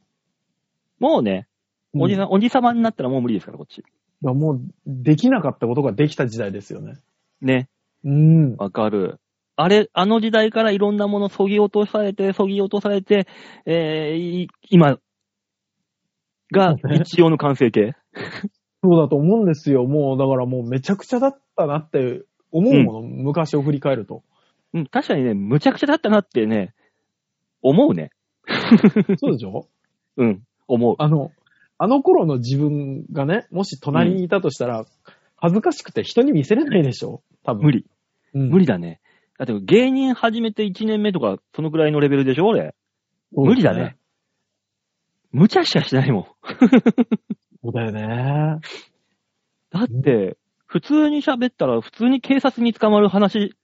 B: もうね、おじさん、おじさまになったらもう無理ですから、こっち。
C: うんいやもう、できなかったことができた時代ですよね。
B: ね、
C: うん。
B: わかる。あれ、あの時代からいろんなものそぎ落とされて、そぎ落とされて、えーい今が一応の完成形。
C: そうだと思うんですよ。もう、だからもうめちゃくちゃだったなって思うもの、昔を振り返ると。
B: うん、確かにね、むちゃくちゃだったなってね、思うね。
C: そうでしょ
B: うん、思う。
C: あの、あの頃の自分がね、もし隣にいたとしたら、恥ずかしくて人に見せれないでしょ多分。
B: 無理。
C: うん。
B: 無理だね。だって芸人始めて1年目とか、そのくらいのレベルでしょ俺。無理だね。むちゃしかしないもん。
C: そうだよね。
B: だって、普通に喋ったら、普通に警察に捕まる話、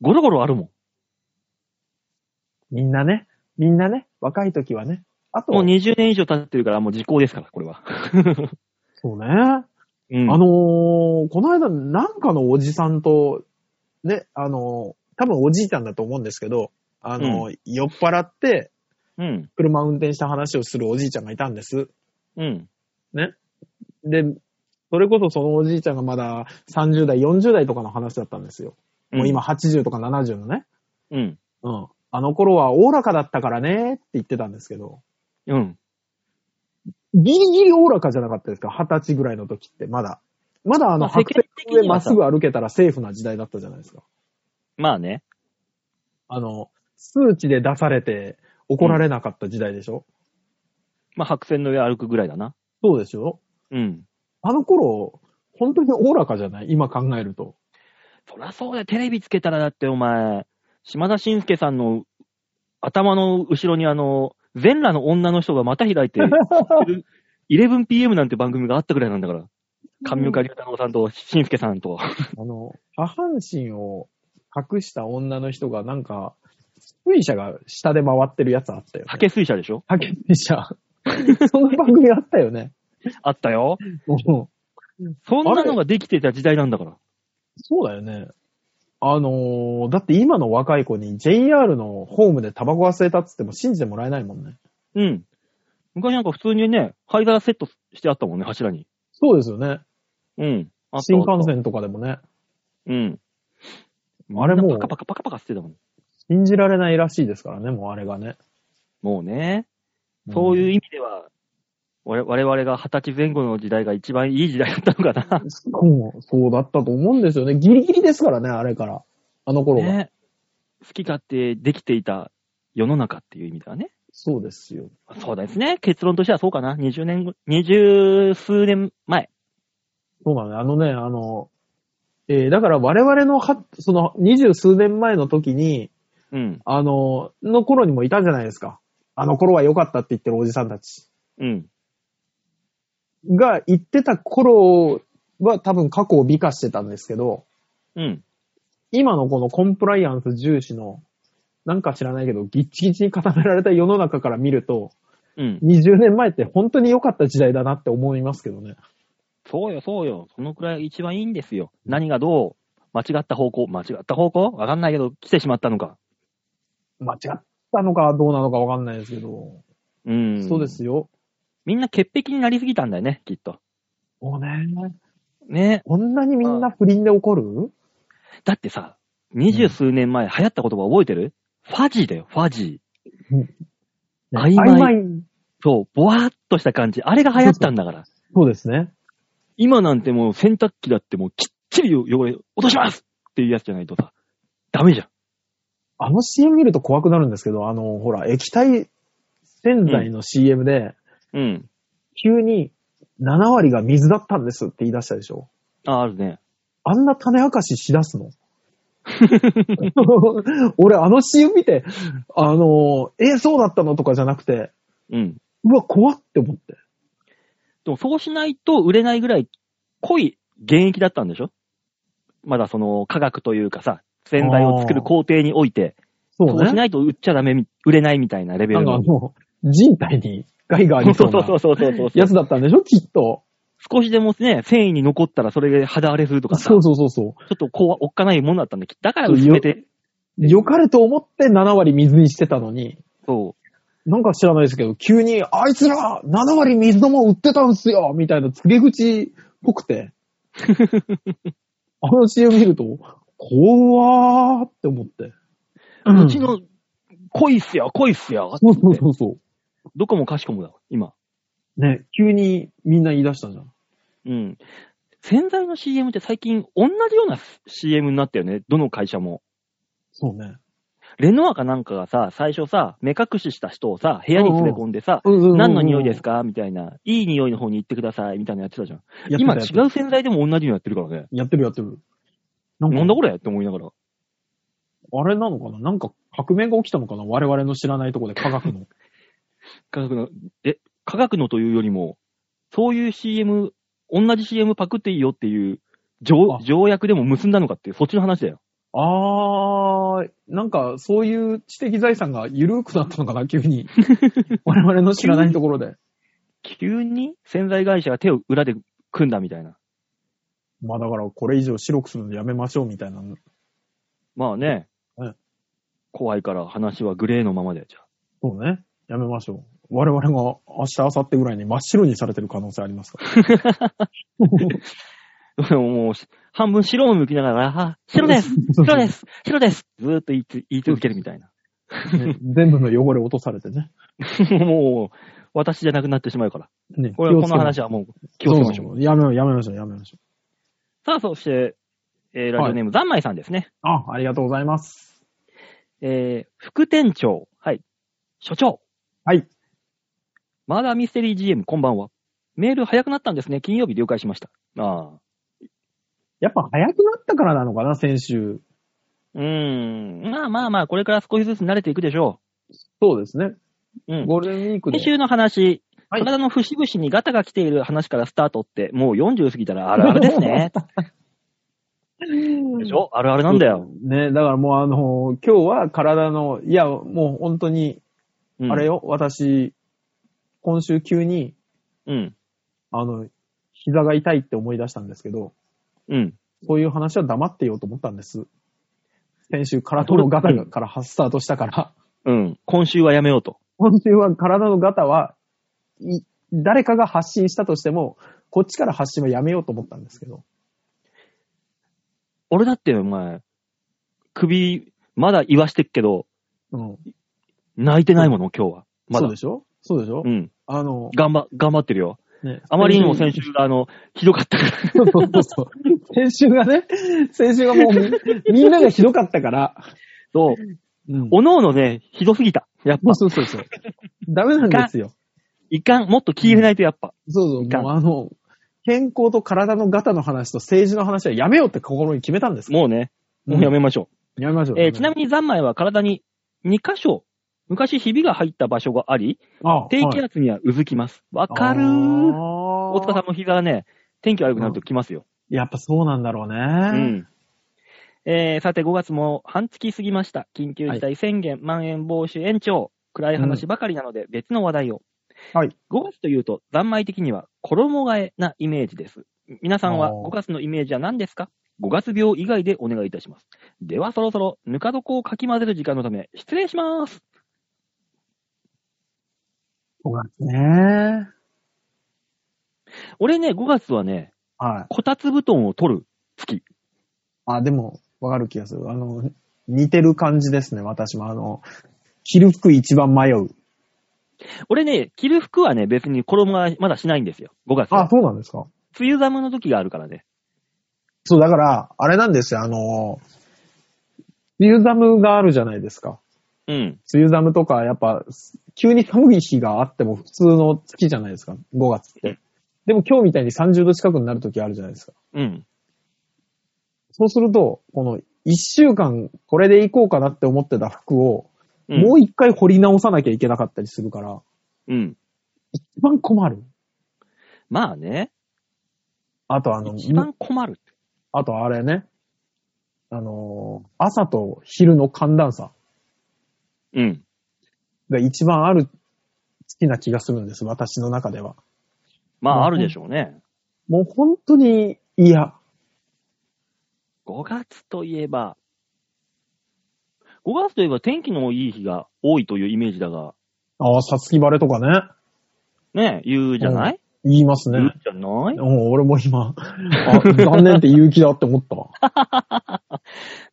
B: ゴロゴロあるもん。
C: みんなね。みんなね。若い時はね。あと、
B: もう20年以上経ってるから、もう時効ですから、これは。
C: そうね。
B: うん
C: あのー、この間、なんかのおじさんと、ね、あのー、多分おじいちゃんだと思うんですけど、あのー酔っ払って、
B: うん。
C: 車運転した話をするおじいちゃんがいたんです。
B: うん。
C: で、それこそそのおじいちゃんがまだ30代、40代とかの話だったんですよ。もう今80とか70のね。
B: うん。
C: うん。あの頃はおおらかだったからねって言ってたんですけど、
B: うん。
C: ギリギリおおらかじゃなかったですか二十歳ぐらいの時って、まだ。まだあ
B: ま
C: の、
B: あ世
C: 白
B: 間的
C: 線で
B: に
C: ま
B: は
C: っ
B: さ
C: すぐ歩けたらセーフな時代だったじゃないですか。
B: まあね。
C: あの、数値で出されて怒られなかった時代でしょ、
B: まあ、白線の上歩くぐらいだな。
C: そうでしょ
B: うん。
C: あの頃、本当におおらかじゃない今考えると。
B: そりゃそうだよ。テレビつけたら、だってお前、島田紳介さんの頭の後ろにあの、全裸の女の人がまた開い て、11pm なんて番組があったぐらいなんだから。上岡龍太郎さんと紳介さんと。
C: あの、下半身を隠した女の人がなんか、水車が下で回ってるやつあったよ、ね。
B: 竹水車でしょ
C: 竹水車。そんな番組あったよね。
B: あったよ。
C: も
B: そんなのができてた時代なんだから。
C: そうだよね。あのー、だって今の若い子に JR のホームでタバコ忘れたっつっても信じてもらえないもんね。
B: うん。昔なんか普通にね、灰皿セットしてあったもんね、柱に。
C: そうですよね。
B: うん。あった
C: 新幹。線とかでもね。
B: うん。
C: あれもう
B: パカパカパカパカしてたもん。
C: 信じられないらしいですからね、もうあれがね。
B: もうね。そういう意味では、我我々が二十歳前後の時代が一番いい時代だったのか
C: そう、そうだったと思うんですよね。ギリギリですからね、あれから。あの
B: な。
C: 頃は。
B: ね。好き勝手できていた世の中っていう意味ではね。
C: そうですよ。
B: そうですね。結論としてはそうかな。20年後、20数年前。
C: そうだね。あのね、あの、えーだから我々のは、その、二十数年前の時に、
B: うん。
C: あの、の頃にもいたじゃないですか。あの頃は良かったって言ってるおじさんたち
B: うん。
C: が言ってた頃は多分過去を美化してたんですけど、
B: うん。
C: 今のこのコンプライアンス重視の、なんか知らないけど、ギッチギチに固められた世の中から見ると、
B: うん。
C: 20年前って本当に良かった時代だなって思いますけどね。
B: そうよ、そうよ。そのくらい一番いいんですよ。何がどう、間違った方向、間違った方向わかんないけど、来てしまったのか。
C: 間違ったのかどうなのかわかんないですけど、
B: うん。
C: そうで。すよ。
B: みんな潔癖になりすぎたんだよね、きっと。
C: もうね、
B: ね。
C: こんなにみんな不倫で怒る
B: だってさ、二十数年前流行った言葉覚えてる、ファジーだよ、ファジ
C: ね
B: 曖昧
C: 曖昧。
B: ー。そう、ぼわーっとした感じ。あれが流行ったんだ から。
C: そうですね。
B: 今なんてもう洗濯機だってもうきっちり汚れ、落としますっていうやつじゃないとさ、ダメじゃん。
C: あの CM 見ると怖くなるんですけど、あの、ほら、液体洗剤の CM で、
B: うん。
C: 急に7割が水だったんですって言い出したでしょ。
B: あ、あるね。
C: あんな種明かししだす の俺、あの CM 見て、あの、え、そうだったのとかじゃなくて、
B: うん。
C: うわ、怖って思って。
B: でもそうしないと売れないぐらい濃い現役だったんでしょまだその科学というかさ、洗剤を作る工程において、
C: そう
B: そうしないと売っちゃダメみ、売れないみたいなレベ
C: な
B: ル
C: んかあ
B: の。
C: の、人体に害があり
B: そ
C: そうう
B: そうそう
C: な
B: そうそうそう。
C: やつだったんでしょきっと。
B: 少しでもね、繊維に残ったらそれで肌荒れするとかさ、ち
C: そ
B: ょ
C: うそうそうそ
B: っとこうはおっかないもんだったんだけど、だから薄めて、
C: う。良かれと思って7割水にしてたのに、
B: そう。
C: なんか知らないですけど、急に、あいつら、7割水のもん売ってたんすよみたいな告げ口っぽくて。あの CM 見ると、怖ーって思って。
B: うちの、濃いっすよ、濃いっすよ、
C: そう
B: つって
C: そうそうそ
B: どこもかしこもだわ、今。
C: う。ね、急にみんな言い出したじゃん。
B: うん。洗剤の CM って最近同じような CM になったよね、どの会社も。
C: そうね。
B: レノアかなんかがさ、最初さ、目隠しした人をさ、部屋に連れ込んでさ、何の匂いです
C: か
B: かみたいな、いい匂いの方に行ってください、みたいなやってたじゃん。今違う洗剤でも同じのやってるからね。
C: やってるやってる。な
B: なんだこれって思いながら。
C: あれなのかななんか革命が起きたのかな我々の知らないところで科学の。
B: 科学の、え、科学のというよりも、そういう CM、同じ CM パクっていいよっていう条
C: あ
B: 条約でも結んだのかっていう、そっちの話だよ。
C: あー、なんかそういう知的財産が緩くなったのかな急に。 我々の知らないとこ ろで。
B: 急に洗剤会社が手を裏で組んだみたいな。
C: まあだからこれ以上白くするのやめましょうみたいな。そ
B: まあね、
C: うん
B: 怖いから話はグレーのままで、じゃあ。
C: うね。やめましょう。我々が明日、明後日ぐらいに真っ白にされてる可能性ありますから。、
B: もう、半分白を向きながら、あ白 です白ですす白ですずーっと言いつ言い続けるみたいな。
C: ね全部の汚れ落とされてね。
B: もう、私じゃなくなってしまうから。
C: ね
B: これこの話はもう気をつけましょう。
C: そそやめよう、やめましょう、やめましょう。
B: さあ、そして、えーラジオネーム、ざんまいさんですね。
C: あ、ありがとうございます。
B: えー副店長、はい、所長。
C: はい。
B: マーダーミステリー GM、こんばんは。メール早くなったんですね。金曜日了解しました。ああ。
C: やっぱ早くなったからなのかな、先週。
B: うーん。まあまあまあ、これから少しずつ慣れていくでしょ
C: そうですね。
B: う。うん。
C: ゴールデンウィークで
B: 先。週の話、
C: はい
B: 体の節々にガタが来ている話からスタートって、もう40過ぎたらあるあるですね。 でしょあるあるなんだよ。
C: ね、だからもうあの今日は体の、いや、もう本当に、
B: うん
C: あれよ、私、今週急に、
B: うん。
C: あの、膝が痛いって思い出したんですけど、
B: うん。
C: そういう話は黙ってようと思ったんです。先週、体のガタがから発スタートしたから、
B: うん。今週はやめようと。
C: 今週は体のガタは、い誰かが発信したとしても、こっちから発信はやめようと思ったんですけど、
B: 俺だって、お前、首、まだ言わしてっけど、
C: うん。
B: 泣いてないもの、今日は。ま
C: そ
B: だ。
C: うでしょそうでしょ、
B: うん。
C: あの、
B: 頑張、頑張ってるよ。
C: ね
B: あまりにも先週が、あの、ひどかったから。
C: そうそうそうそう。先週がね、先週がもう みみんながひどかったから。
B: そう。
C: うん
B: おのおのね、ひどすぎた。やっぱ。
C: そうそうそう。ダメなんですよ。
B: いかん。もっと気入れないとやっぱ。
C: そうそう。
B: いかん
C: もうあの、健康と体のガタの話と政治の話はやめようって心に決めたんです。
B: もうね、もうやめましょ
C: うんやめましょ
B: う。
C: う。
B: えーちなみに三枚は体に2箇所、昔ひびが入った場所があり、
C: に
B: 低気圧にはうずきます。わかるー。大
C: 大
B: 塚さんも膝がね、天気悪くなるときますよ。
C: やっぱそうなんだろう
B: う
C: ね。
B: ん。えー、さて5月も半月過ぎました。緊急事態宣言、まん延防止延長。暗い話ばかりなので別の話題を。
C: はい。
B: 5月というと、残枚的には衣替えなイメージです。皆さんは
C: あー
B: 5月のイメージは何ですか ?5 月病以外でお願いいたします。ではそろそろ、ぬか床をかき混ぜる時間のため、失礼します。
C: 5月ね。
B: 俺ね、5月はね、
C: はい。
B: こたつ布団を取る月。
C: あ、でも、わかる気がする。あの、似てる感じですね、私も。あの、着る服一番迷う。
B: 俺ね、着る服はね、別に衣替えまだしないんですよ。5月は
C: あ、そうなんですか
B: 梅雨寒の時があるからね。
C: そう、だから、あれなんですよ、あの、梅雨寒があるじゃないですか。
B: うん。
C: 梅雨寒とか、やっぱ、急に寒い日があっても普通の月じゃないですか、5月って。でも今日みたいに30度近くになる時あるじゃないですか。
B: うん。
C: そうすると、この1週間これでいこうかなって思ってた服を、
B: うん
C: もう一回掘り直さなきゃいけなかったりするから、
B: うん。
C: 一番困る。
B: まあね、
C: あとあの、
B: 一番困る。
C: あとあれね、あのー朝と昼の寒暖差
B: うん。
C: が一番ある好きな気がするんです、私の中では。
B: ま
C: ま
B: あ、
C: あ
B: あるでしょうね。
C: もう本当に嫌。
B: 5月といえば、5月といえば天気のいい日が多いというイメージだが、
C: ああ、さつき晴れとかね。
B: ねえ、言うじゃない、
C: 言いますね。
B: 言うじゃない
C: うん、俺も今、 あ、残念って勇気だって思ったわ。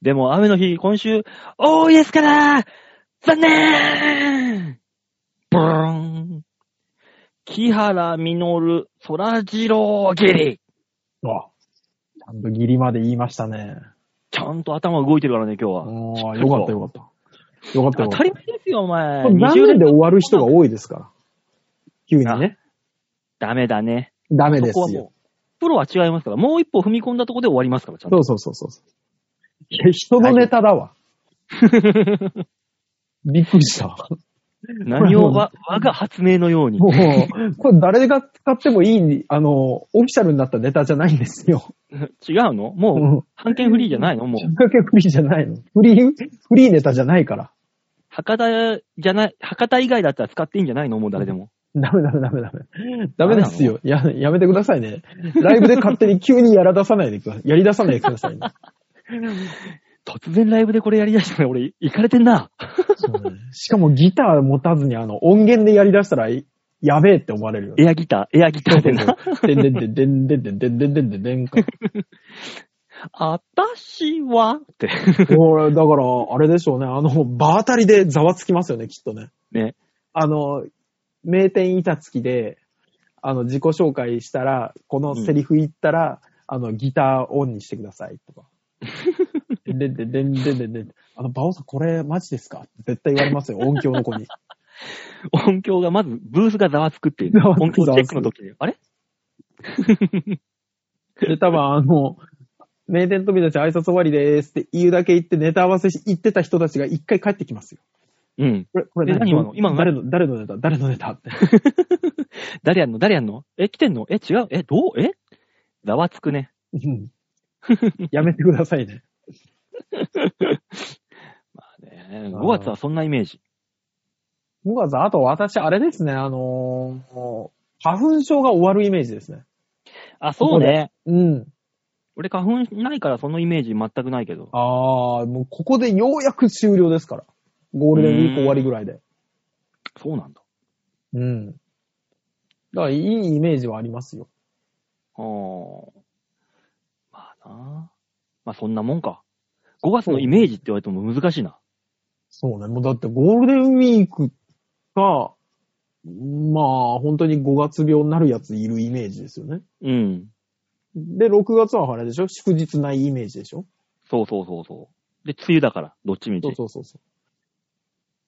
B: でも雨の日、今週、多いですから残念ブーン木原実、そらジローギリ
C: あちゃんと義理まで言いましたね。
B: ちゃんと頭動いてるからね、今日
C: ああ、
B: は。
C: よかったよかった。よかっ
B: 当
C: たよかった
B: り前ですよ、お前。
C: これ
B: 20
C: 何年
B: 連
C: で
B: 続
C: 終わる人が多いですから。急にね。
B: ダメだね。
C: ダメで
B: そこは
C: す
B: も
C: よ。
B: う、プロは違いますから、もう一歩踏み込んだところで終わりますから、ちゃん
C: そ
B: と。
C: うそうそうそう。いや人のネタだ わ。びっくりした。
B: 何をわ、我が発明のように。
C: もう、これ誰が使ってもいい、あの、オフィシャルになったネタじゃないんですよ。
B: 違うのもう、判権フリーじゃないのもう、
C: ぶっかけフリーじゃないの。フリー、フリーネタじゃないから。
B: 博多じゃない、博多以外だったら使っていいんじゃないのもう誰でも。
C: ダメダメダメダメ。ダメですよ。や、やめてくださいね。ライブで勝手に急にやら出さないでください。やり出さないでくださいね。
B: 突然ライブでこれやりだしたら俺、行かれてんな。
C: そうねしかもギター持たずにあの音源でやり出したらいやべえって思われるよね。
B: エアギター、エアギターでな。
C: でんでんでんでんでんでんでんでんでんでんでんか。
B: あたしはって。
C: これだから、あれでしょうね。あの、場当たりでざわつきますよね、きっとね。
B: ね。
C: あの、名店板付きで、あの、自己紹介したら、このセリフ言ったら、あの、ギターオンにしてください、と か。で、で、で、で、で、で、あの、バオさん、これマジですかって絶対言われますよ、音響の子に。
B: 音響が、まず、ブースがざわつくっていうね。
C: ざわつく
B: 音響チェックの時に。あれ
C: で、多分あの、名店飛び出し挨拶終わりでーすって言うだけ言って、ネタ合わせし言ってた人たちが一回帰ってきますよ。
B: うん。
C: これ、こ
B: え
C: れ
B: 何今の今の
C: 誰の、誰のネタ誰のネタって。
B: 誰やんの誰やんのえ、来てんのえ、違うえ、どうえざわつくね。
C: うんやめてくださいね。
B: ね5月はそんなイメージ。
C: 5月、あと私、あれですね、あのー花粉症が終わるイメージですね。
B: あ、そうね。
C: うん。
B: 俺花粉ないからそのイメージ全くないけど。
C: ああ、もうここでようやく終了ですから。ゴールデンウィーク終わりぐらいで。
B: そうなんだ。
C: うん。だからいいイメージはありますよ。
B: あーまあな。まあそんなもんか。5月のイメージって言われても難しいな。
C: そうね。もうだってゴールデンウィークが、まあ、本当に5月病になるやついるイメージですよね。
B: うん。
C: で、6月はあれでしょ祝日ないイメージでしょ
B: そうそうそうそう。で、梅雨だから、どっちみ
C: そ
B: ち
C: う。そうそうそ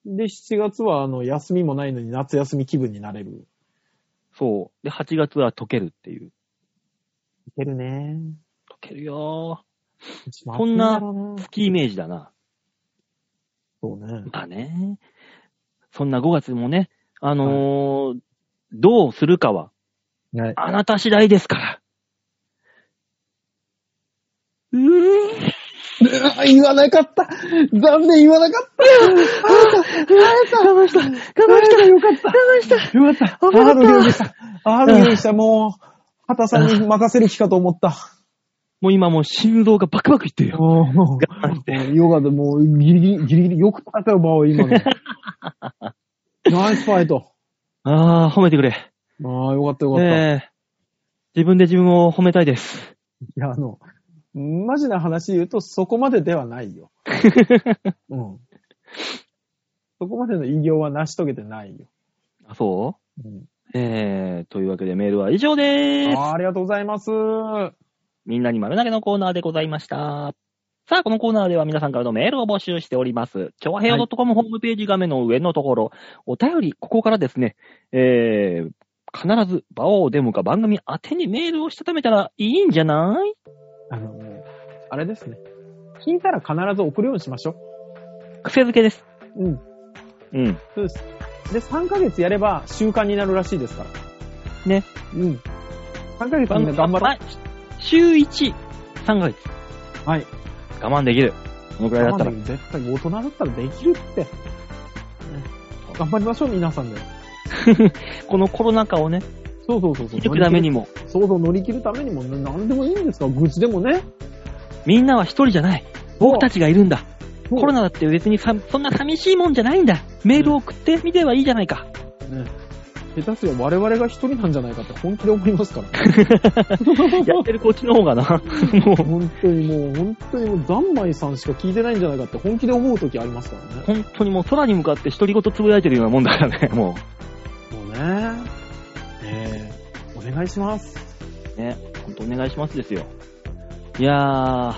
C: う。で、7月は、あの、休みもないのに夏休み気分になれる。い
B: そう。で、8月は溶けるっていう。
C: けるね。
B: 溶けるよ
C: こ
B: こんなー。
C: そ
B: 月イメージだな。
C: うね。
B: まあね。そんな5月もね、あのーどうするかは、
C: はい。
B: あなた次第ですから。うーん。
C: 言わなかった残念言わなかった
B: 我慢した。我慢した。
C: よかった
B: 我慢した。
C: よかった
B: 危なかった
C: あの料理したあの料理したもう、畑さんに任せる気かと思った。
B: もう今もう心臓がバクバクいってるよ。我
C: も
B: 慢して。
C: う、ヨガでもう、ギリギリ、ギリギリ、よく耐えたよ、馬を今の。ナイスファイト。
B: ああ、褒めてくれ。
C: ああ、よかったよかった。
B: ええ自分で自分を褒めたいです。
C: いや、あの、マジな話言うと、そこまでではな いよ。うん。そこまでの偉業は成し遂げてないよ。
B: あ、そう
C: うん
B: ええというわけでメールは以上でーす。
C: あーありがとうございます。
B: みんなに丸投げのコーナーでございました。さあ、このコーナーでは皆さんからのメールを募集しております。ちょわへよ .com ホームページ画面の上のところ、お便り、ここからですね、えー、必ず、バオーデモか番組宛てにメールをしたためたらいいんじゃない
C: あのね、あれですね。聞いたら必ず送るようにしましょ
B: 癖づけです。
C: う。うん。
B: うん。
C: そうです。で、3ヶ月やれば習慣になるらしいですから。
B: ね。
C: うん。3ヶ月みんな頑張ろ
B: あ週1、3ヶ月。
C: う。はい。
B: 我慢できる。このくらいだったら。
C: 絶対大人だったらできるって。ね頑張りましょう、皆さんで。
B: このコロナ禍をね、
C: そうそうそうそ
B: 生き
C: う。
B: ていくためにも、
C: そうそう、乗り切るためにも、ね、何でもいいんですか愚痴でもね。
B: みんなは一人じゃない。僕たちがいるんだ。
C: そう
B: コロナだって別にさそんな寂しいもんじゃないんだ。メールを送ってみてはいいじゃないか。
C: ね。下手すりゃ我々が一人なんじゃないかって本気で思います から。
B: やってるこっちの方が な。もう、
C: 本当にもう、本当にもう、ざんまいさんしか聞いてないんじゃないかって本気で思う時ありますからね。
B: 本当にもう空に向かって独り言つぶやいてるようなもんだからね、も
C: そうね。ええお願いします。
B: う。ね、本当お願いしますですよ。いやー、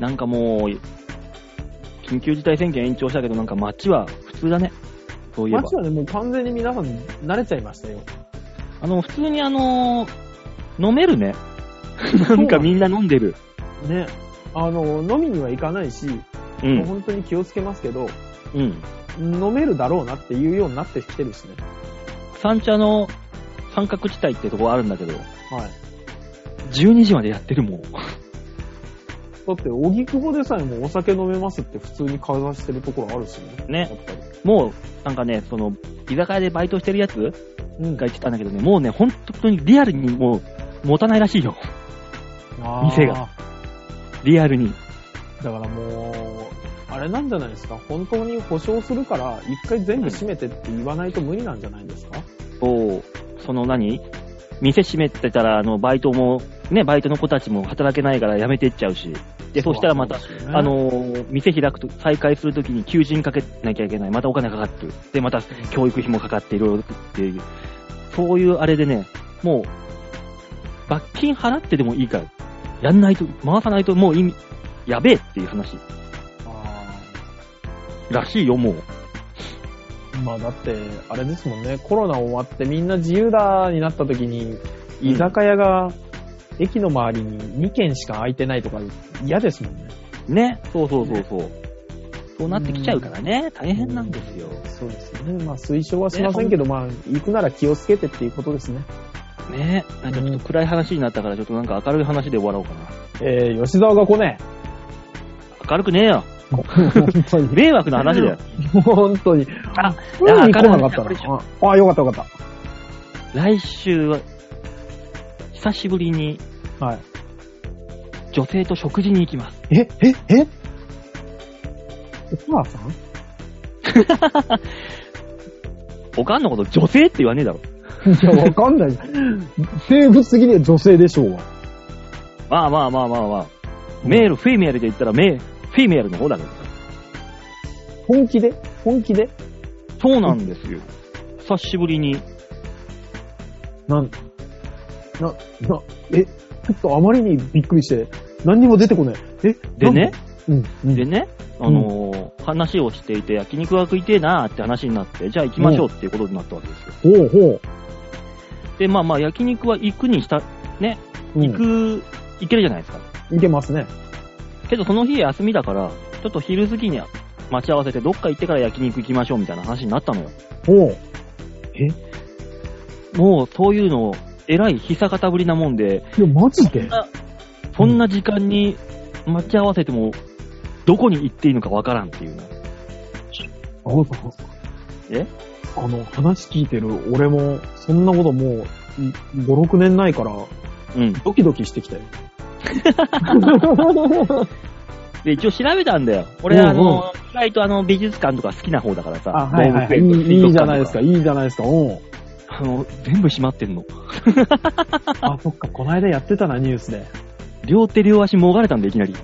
B: なんかもう、緊急事態宣言延長したけど、なんか街は普通だね。そういえば
C: 街。はね、もう完全に皆さん慣れちゃいましたよ。
B: あの、普通にあの飲めるね。なんかみんな飲んでる。
C: ね。あの、飲みには行かないし、
B: う。
C: もうん本当に気をつけますけど、
B: うん。
C: 飲めるだろうなっていうようになってきてるしね。
B: 三茶の三角地帯ってとこあるんだけど、
C: はい。
B: 12時までやってるもん。
C: だって、荻窪でさえもお酒飲めますって普通に会話してるところあるしね。
B: ね
C: やっぱり。
B: もう、なんかね、その、居酒屋でバイトしてるやつ
C: うん
B: が言ってたんだけどね、もうね、本当にリアルにもう、持たないらしいよ。
C: あー
B: 店が。リアルに。
C: だからもう、あれなんじゃないですか。本当に保証するから、一回全部閉めてって言わないと無理なんじゃないですか。
B: そう、その何店閉めてたら、あの、バイトも、ね、バイトの子たちも働けないから辞めてっちゃうし。で、そしたらまた、
C: そうですよね
B: あ、のー店開くと、再開するときに求人かけなきゃいけない。またお金かかってる。で、また教育費もかかっていろいろっていう。そういうあれでね、もう、罰金払ってでもいいから、やんないと、回さないともう意味、やべえっていう話。
C: あ
B: らしいよ、もう。
C: ーまあだって、あれですもんね。コロナ終わってみんな自由だになった時に、居酒屋が、駅の周りに2軒しか空いてないとか嫌ですもんね。
B: ね。そうそうそうそう。そうなってきちゃうからね、大変なんですよ。
C: そうですね。まあ推奨はしませんけど、まあ行くなら気をつけてっていうことですね。
B: ね。なんかちょっと暗い話になったから、ちょっとなんか明るい話で終わろうかな。
C: えー、吉沢が来ね
B: 明るくねえよ。
C: え。本当に。
B: 迷惑な話だよ。
C: 本当に。
B: あ、
C: 普通に来なかったな。あ、よかったよかった。
B: 来週は、久しぶりに
C: はい。
B: 女性と食事に行きます。
C: え、え、えお母さん
B: おかんのこと女性って言わねえだろ。
C: いや、わかんない。生物的には女性でしょうが。
B: まあまあまあまあまあ。メール、フィメールで言ったらメー、フィメールの方だけど。
C: 本気で本気で
B: そうなんですよ。久しぶりに。
C: なん、な、な、え、ちょっとあまりにびっくりして、何にも出てこない。え、
B: でね、
C: なんかうん。
B: でね、あのー話をしていて、焼肉は食いてえなーって話になって、じゃあ行きましょうっていうことになったわけですよ。
C: ほうほ
B: で、まあまあ、焼肉は行くにした、
C: う。
B: 行く、行けるじゃないですか。
C: うん。いけますね。
B: けどその日休みだから、ちょっと昼過ぎに待ち合わせて、どっか行ってから焼肉行きましょうみたいな話になったのよ。
C: ほう。
B: もう、そういうの、えらい久方ぶりなもんで、
C: いや、マジで
B: そんな時間に待ち合わせても、どこに行っていいのかわからんっていうね。
C: あそうそうそう
B: え
C: あの、話聞いてる俺も、そんなこともう、い5、6年ないから、
B: うん。
C: ドキドキしてき たよ。
B: で、一応調べたんだよ。俺、
C: うんうん
B: あの、意外とあの、美術館とか好きな方だからさ。
C: あ、はいはいはい。
B: 動物園とか
C: いいいいじゃないですか、
B: 水族館と
C: いいじゃないですか。うん。
B: あの、全部閉まってんの。
C: あ、そっか、この間やってたな、ニュースで。
B: 両手両足もがれたんで、いきなり。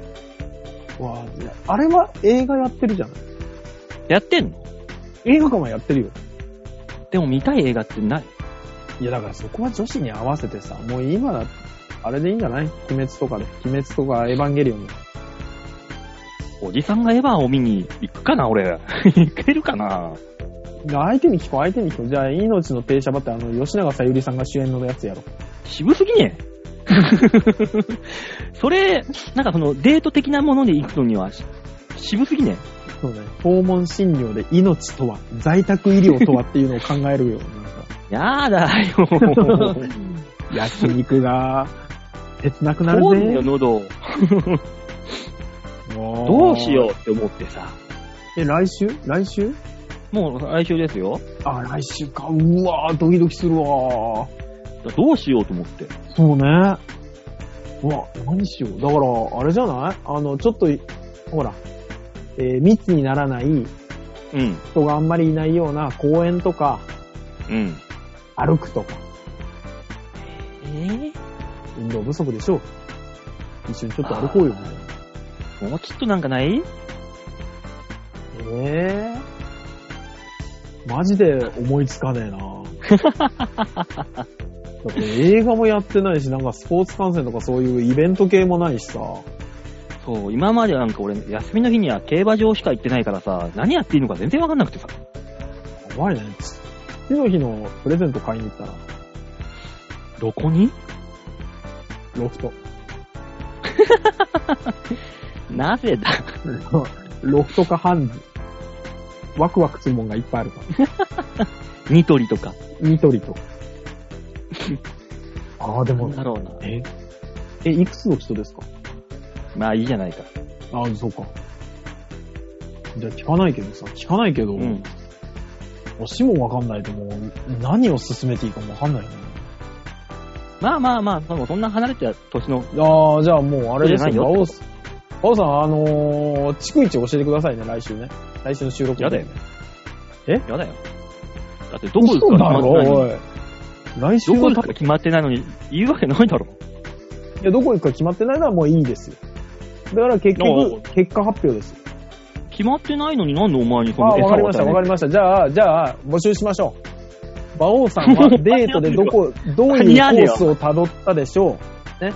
C: わあいやあれは映画やってるじゃない
B: やってんの
C: 映画館はやってるよ。
B: でも見たい映画ってない。
C: いや、だからそこは女子に合わせてさ、もう今、あれでいいんじゃない鬼滅とかで。鬼滅とかエヴァンゲリオンで。
B: おじさんがエヴァを見に行くかな、俺。 行けるかな
C: 相手に聞こう、相手に聞こう。じゃあ、命の停車場ってあの、吉永さゆりさんが主演のやつやろ。
B: 渋すぎね それ、なんかその、デート的なもので行くのには、し渋すぎね
C: そうね。訪問診療で命とは、在宅医療とはっていうのを考えるよ。
B: やだ
C: なん
B: よ
C: か。焼肉が、切なくな
B: どうよ、
C: るぜ。
B: 喉。どうしようって思ってさ。
C: う。え、来週来週
B: もう来週ですよ。
C: あ、来週か。うわぁ、ドキドキするわぁ。
B: どうしようと思って。
C: そうね。うわ、何しよう。だから、あれじゃないあの、ちょっとい、ほら、えー密にならない、
B: うん。
C: 人があんまりいないような公園とか、
B: うん。
C: 歩くとか、
B: えー、
C: 運動不足でしょう。一緒にちょっと歩こうよ。
B: もうちょっとなんかない
C: ええマジで思いつかねえなだって映画もやってないし、なんかスポーツ観戦とかそういうイベント系もないしさ。
B: そう、今まではなんか俺、休みの日には競馬場しか行ってないからさ、何やっていいのか全然わかんなくてさ。
C: やばいね。次の日のプレゼント買いに行ったら、
B: どこに
C: ロフト。
B: なぜだ
C: ロフトかハンズ。ワクワクするもんがいっぱいあるから。
B: ニトリとか。
C: ニトリと。ああ、で
B: な
C: も
B: ん、だろうな。
C: え、え、いくつの人ですか
B: まあいいじゃないか。
C: ああ、そうか。じゃあ聞かないけどさ、聞かないけど、
B: うん。
C: 推しもわかんないともう、何を進めていいかもわかんないよね。
B: まあまあまあ、でもそんな離れてた年の、
C: ああ、じゃあもうあれです
B: そうじゃ
C: よ、
B: ない
C: バ
B: よ
C: オさん。バオさん、あのー、逐一教えてくださいね、来週ね。来週の収録、
B: やだよ。やだよ。だってどこ行
C: 嘘
B: くか
C: だ
B: 決まってない
C: ろ、
B: の
C: お
B: に。
C: い。来週
B: どこ
C: は
B: 行くか決まってないのに、言うわけないだろ。
C: いや、どこ行くか決まってないのはもういいですよ。だから結
B: おう
C: 局、結果発表ですよ。
B: 決まってないのになんでお前にその
C: ああ、わか
B: 餌を
C: りました、わか
B: 与
C: りました。じゃあ、じゃあ、募集しましょう。馬王さんはデートでど こ、どういうコースを辿ったでしょう。ね。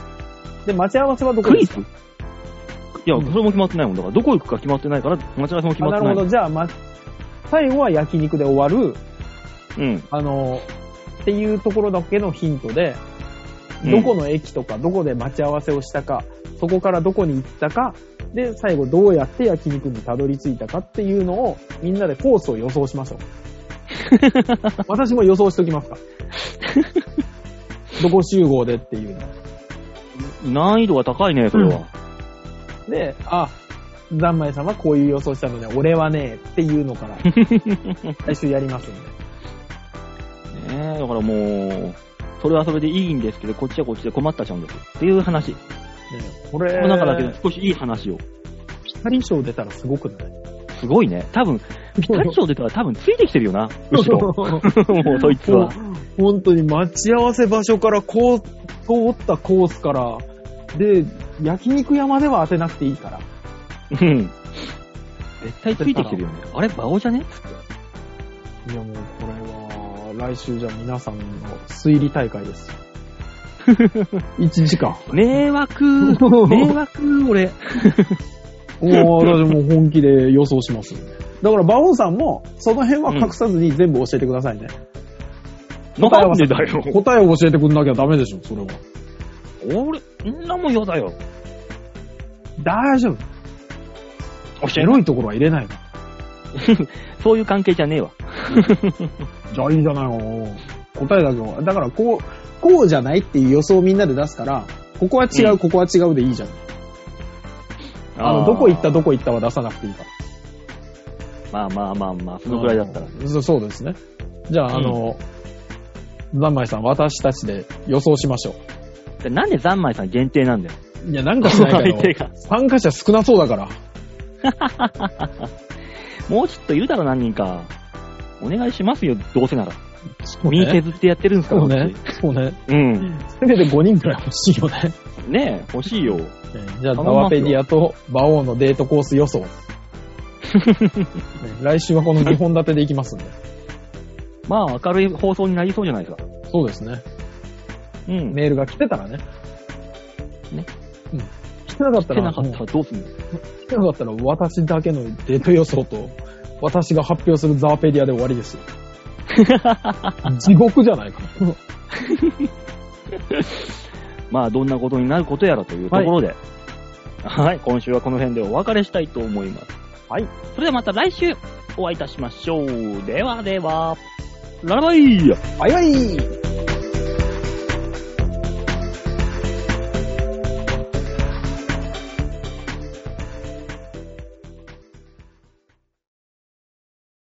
C: で、待ち合わせはど
B: え
C: こ
B: クイ
C: です
B: ズ
C: か
B: いや、
C: うん
B: それも決まってないもんだから、どこ行くか決まってないから、待ち合わせも決
C: あ
B: ま
C: な
B: って
C: る
B: ない。
C: ほど。じゃあ、ま、最後は焼肉で終わる、
B: うん。
C: あの、っていうところだけのヒントで、どこの駅とか、どこで待ち合わせをしたか、そこからどこに行ったか、で、最後どうやって焼肉にたどり着いたかっていうのを、みんなでコースを予想しまし ょう。私も予想しときますか。どこ集合でっていうの。
B: うん難易度が高いね、それは。
C: で、あ、ざんまいさんはこういう予想したので、俺はね、っていう のから、来週やりますんで。
B: ねえ、だからもう、それはそれでいいんですけど、こっちはこっちで困ったちゃうんですよ。っていう話。
C: これ、
B: この中だけど少しいい話を。
C: ピタリ賞出たらすごくない
B: すごいね。多分、ピタリ賞出たら多分ついてきてるよな。後 ろ。もうそいつは。
C: 本当に待ち合わせ場所からこう、通ったコースから、で、焼肉山では当てなくていいから。
B: うん。絶対ついてきてるよね。あれ、馬王じゃね
C: いやもうこれは、来週じゃあ皆さんの推理大 会ですよ。1時間。
B: 迷 惑、迷惑、俺。
C: もう私もう本気で予想します。だから、馬王さんも、その辺は隠さずに全部教えてくださいね。答え合
B: な
C: わ
B: ん
C: せ
B: でだよ。
C: 答えを教えてくんなきゃダメでしょ、それは。
B: 俺、んなもん嫌だよ。
C: 大丈夫。
B: 教
C: エ
B: えろ。
C: ロいところは入れないの。
B: そういう関係じゃねえわ。
C: じゃあいいじゃないの。答えだけど。だから、こう、こうじゃないっていう予想をみんなで出すから、ここは違う、
B: うん
C: ここは違うでいいじゃん。 あの、どこ行った、どこ行ったは出さなくていいか
B: ま
C: ら。
B: あまあまあまあ、そのくらいだったら。
C: うんそそうですね。じゃあ、あの、ざんまいさん、私たちで予想しましょ
B: でなんで三枚さん限定なんだよ。
C: う。いや、なんかしない け
B: 相
C: ど
B: 手が。
C: 参加者少なそうだから。
B: もうちょっといるだろ、何人か。お願いしますよ、どうせなら。
C: そう
B: 身削ってやってるんですから、
C: そうね
B: こ。
C: そうね。
B: っちうん。
C: せめて5人くらい欲しいよね。
B: ねえ、欲しいよ。
C: じゃ
B: 頼みま
C: あ、ダ
B: すよ
C: ワペディアと馬王のデートコース 予想。ね来週はこの2本立てでいきますんで。
B: まあ、明るい放送になりそうじゃないですか。
C: そうですね。
B: うん。
C: メールが来てたらね。
B: ね。
C: うん。来てなかった
B: 来て
C: ら、
B: なかっ
C: う
B: たらどうすんの
C: ん来てなかったら私だけのデート予想と、私が発表するザーペディアで終わりで すよ。地獄じゃないか。
B: まあ、どんなことになることやらというところで、はい、今週はこの辺でお別れしたいと思います。
C: はい。
B: それではまた来週お会いいたしましょう。ではでは、ララバイ
C: バイバイ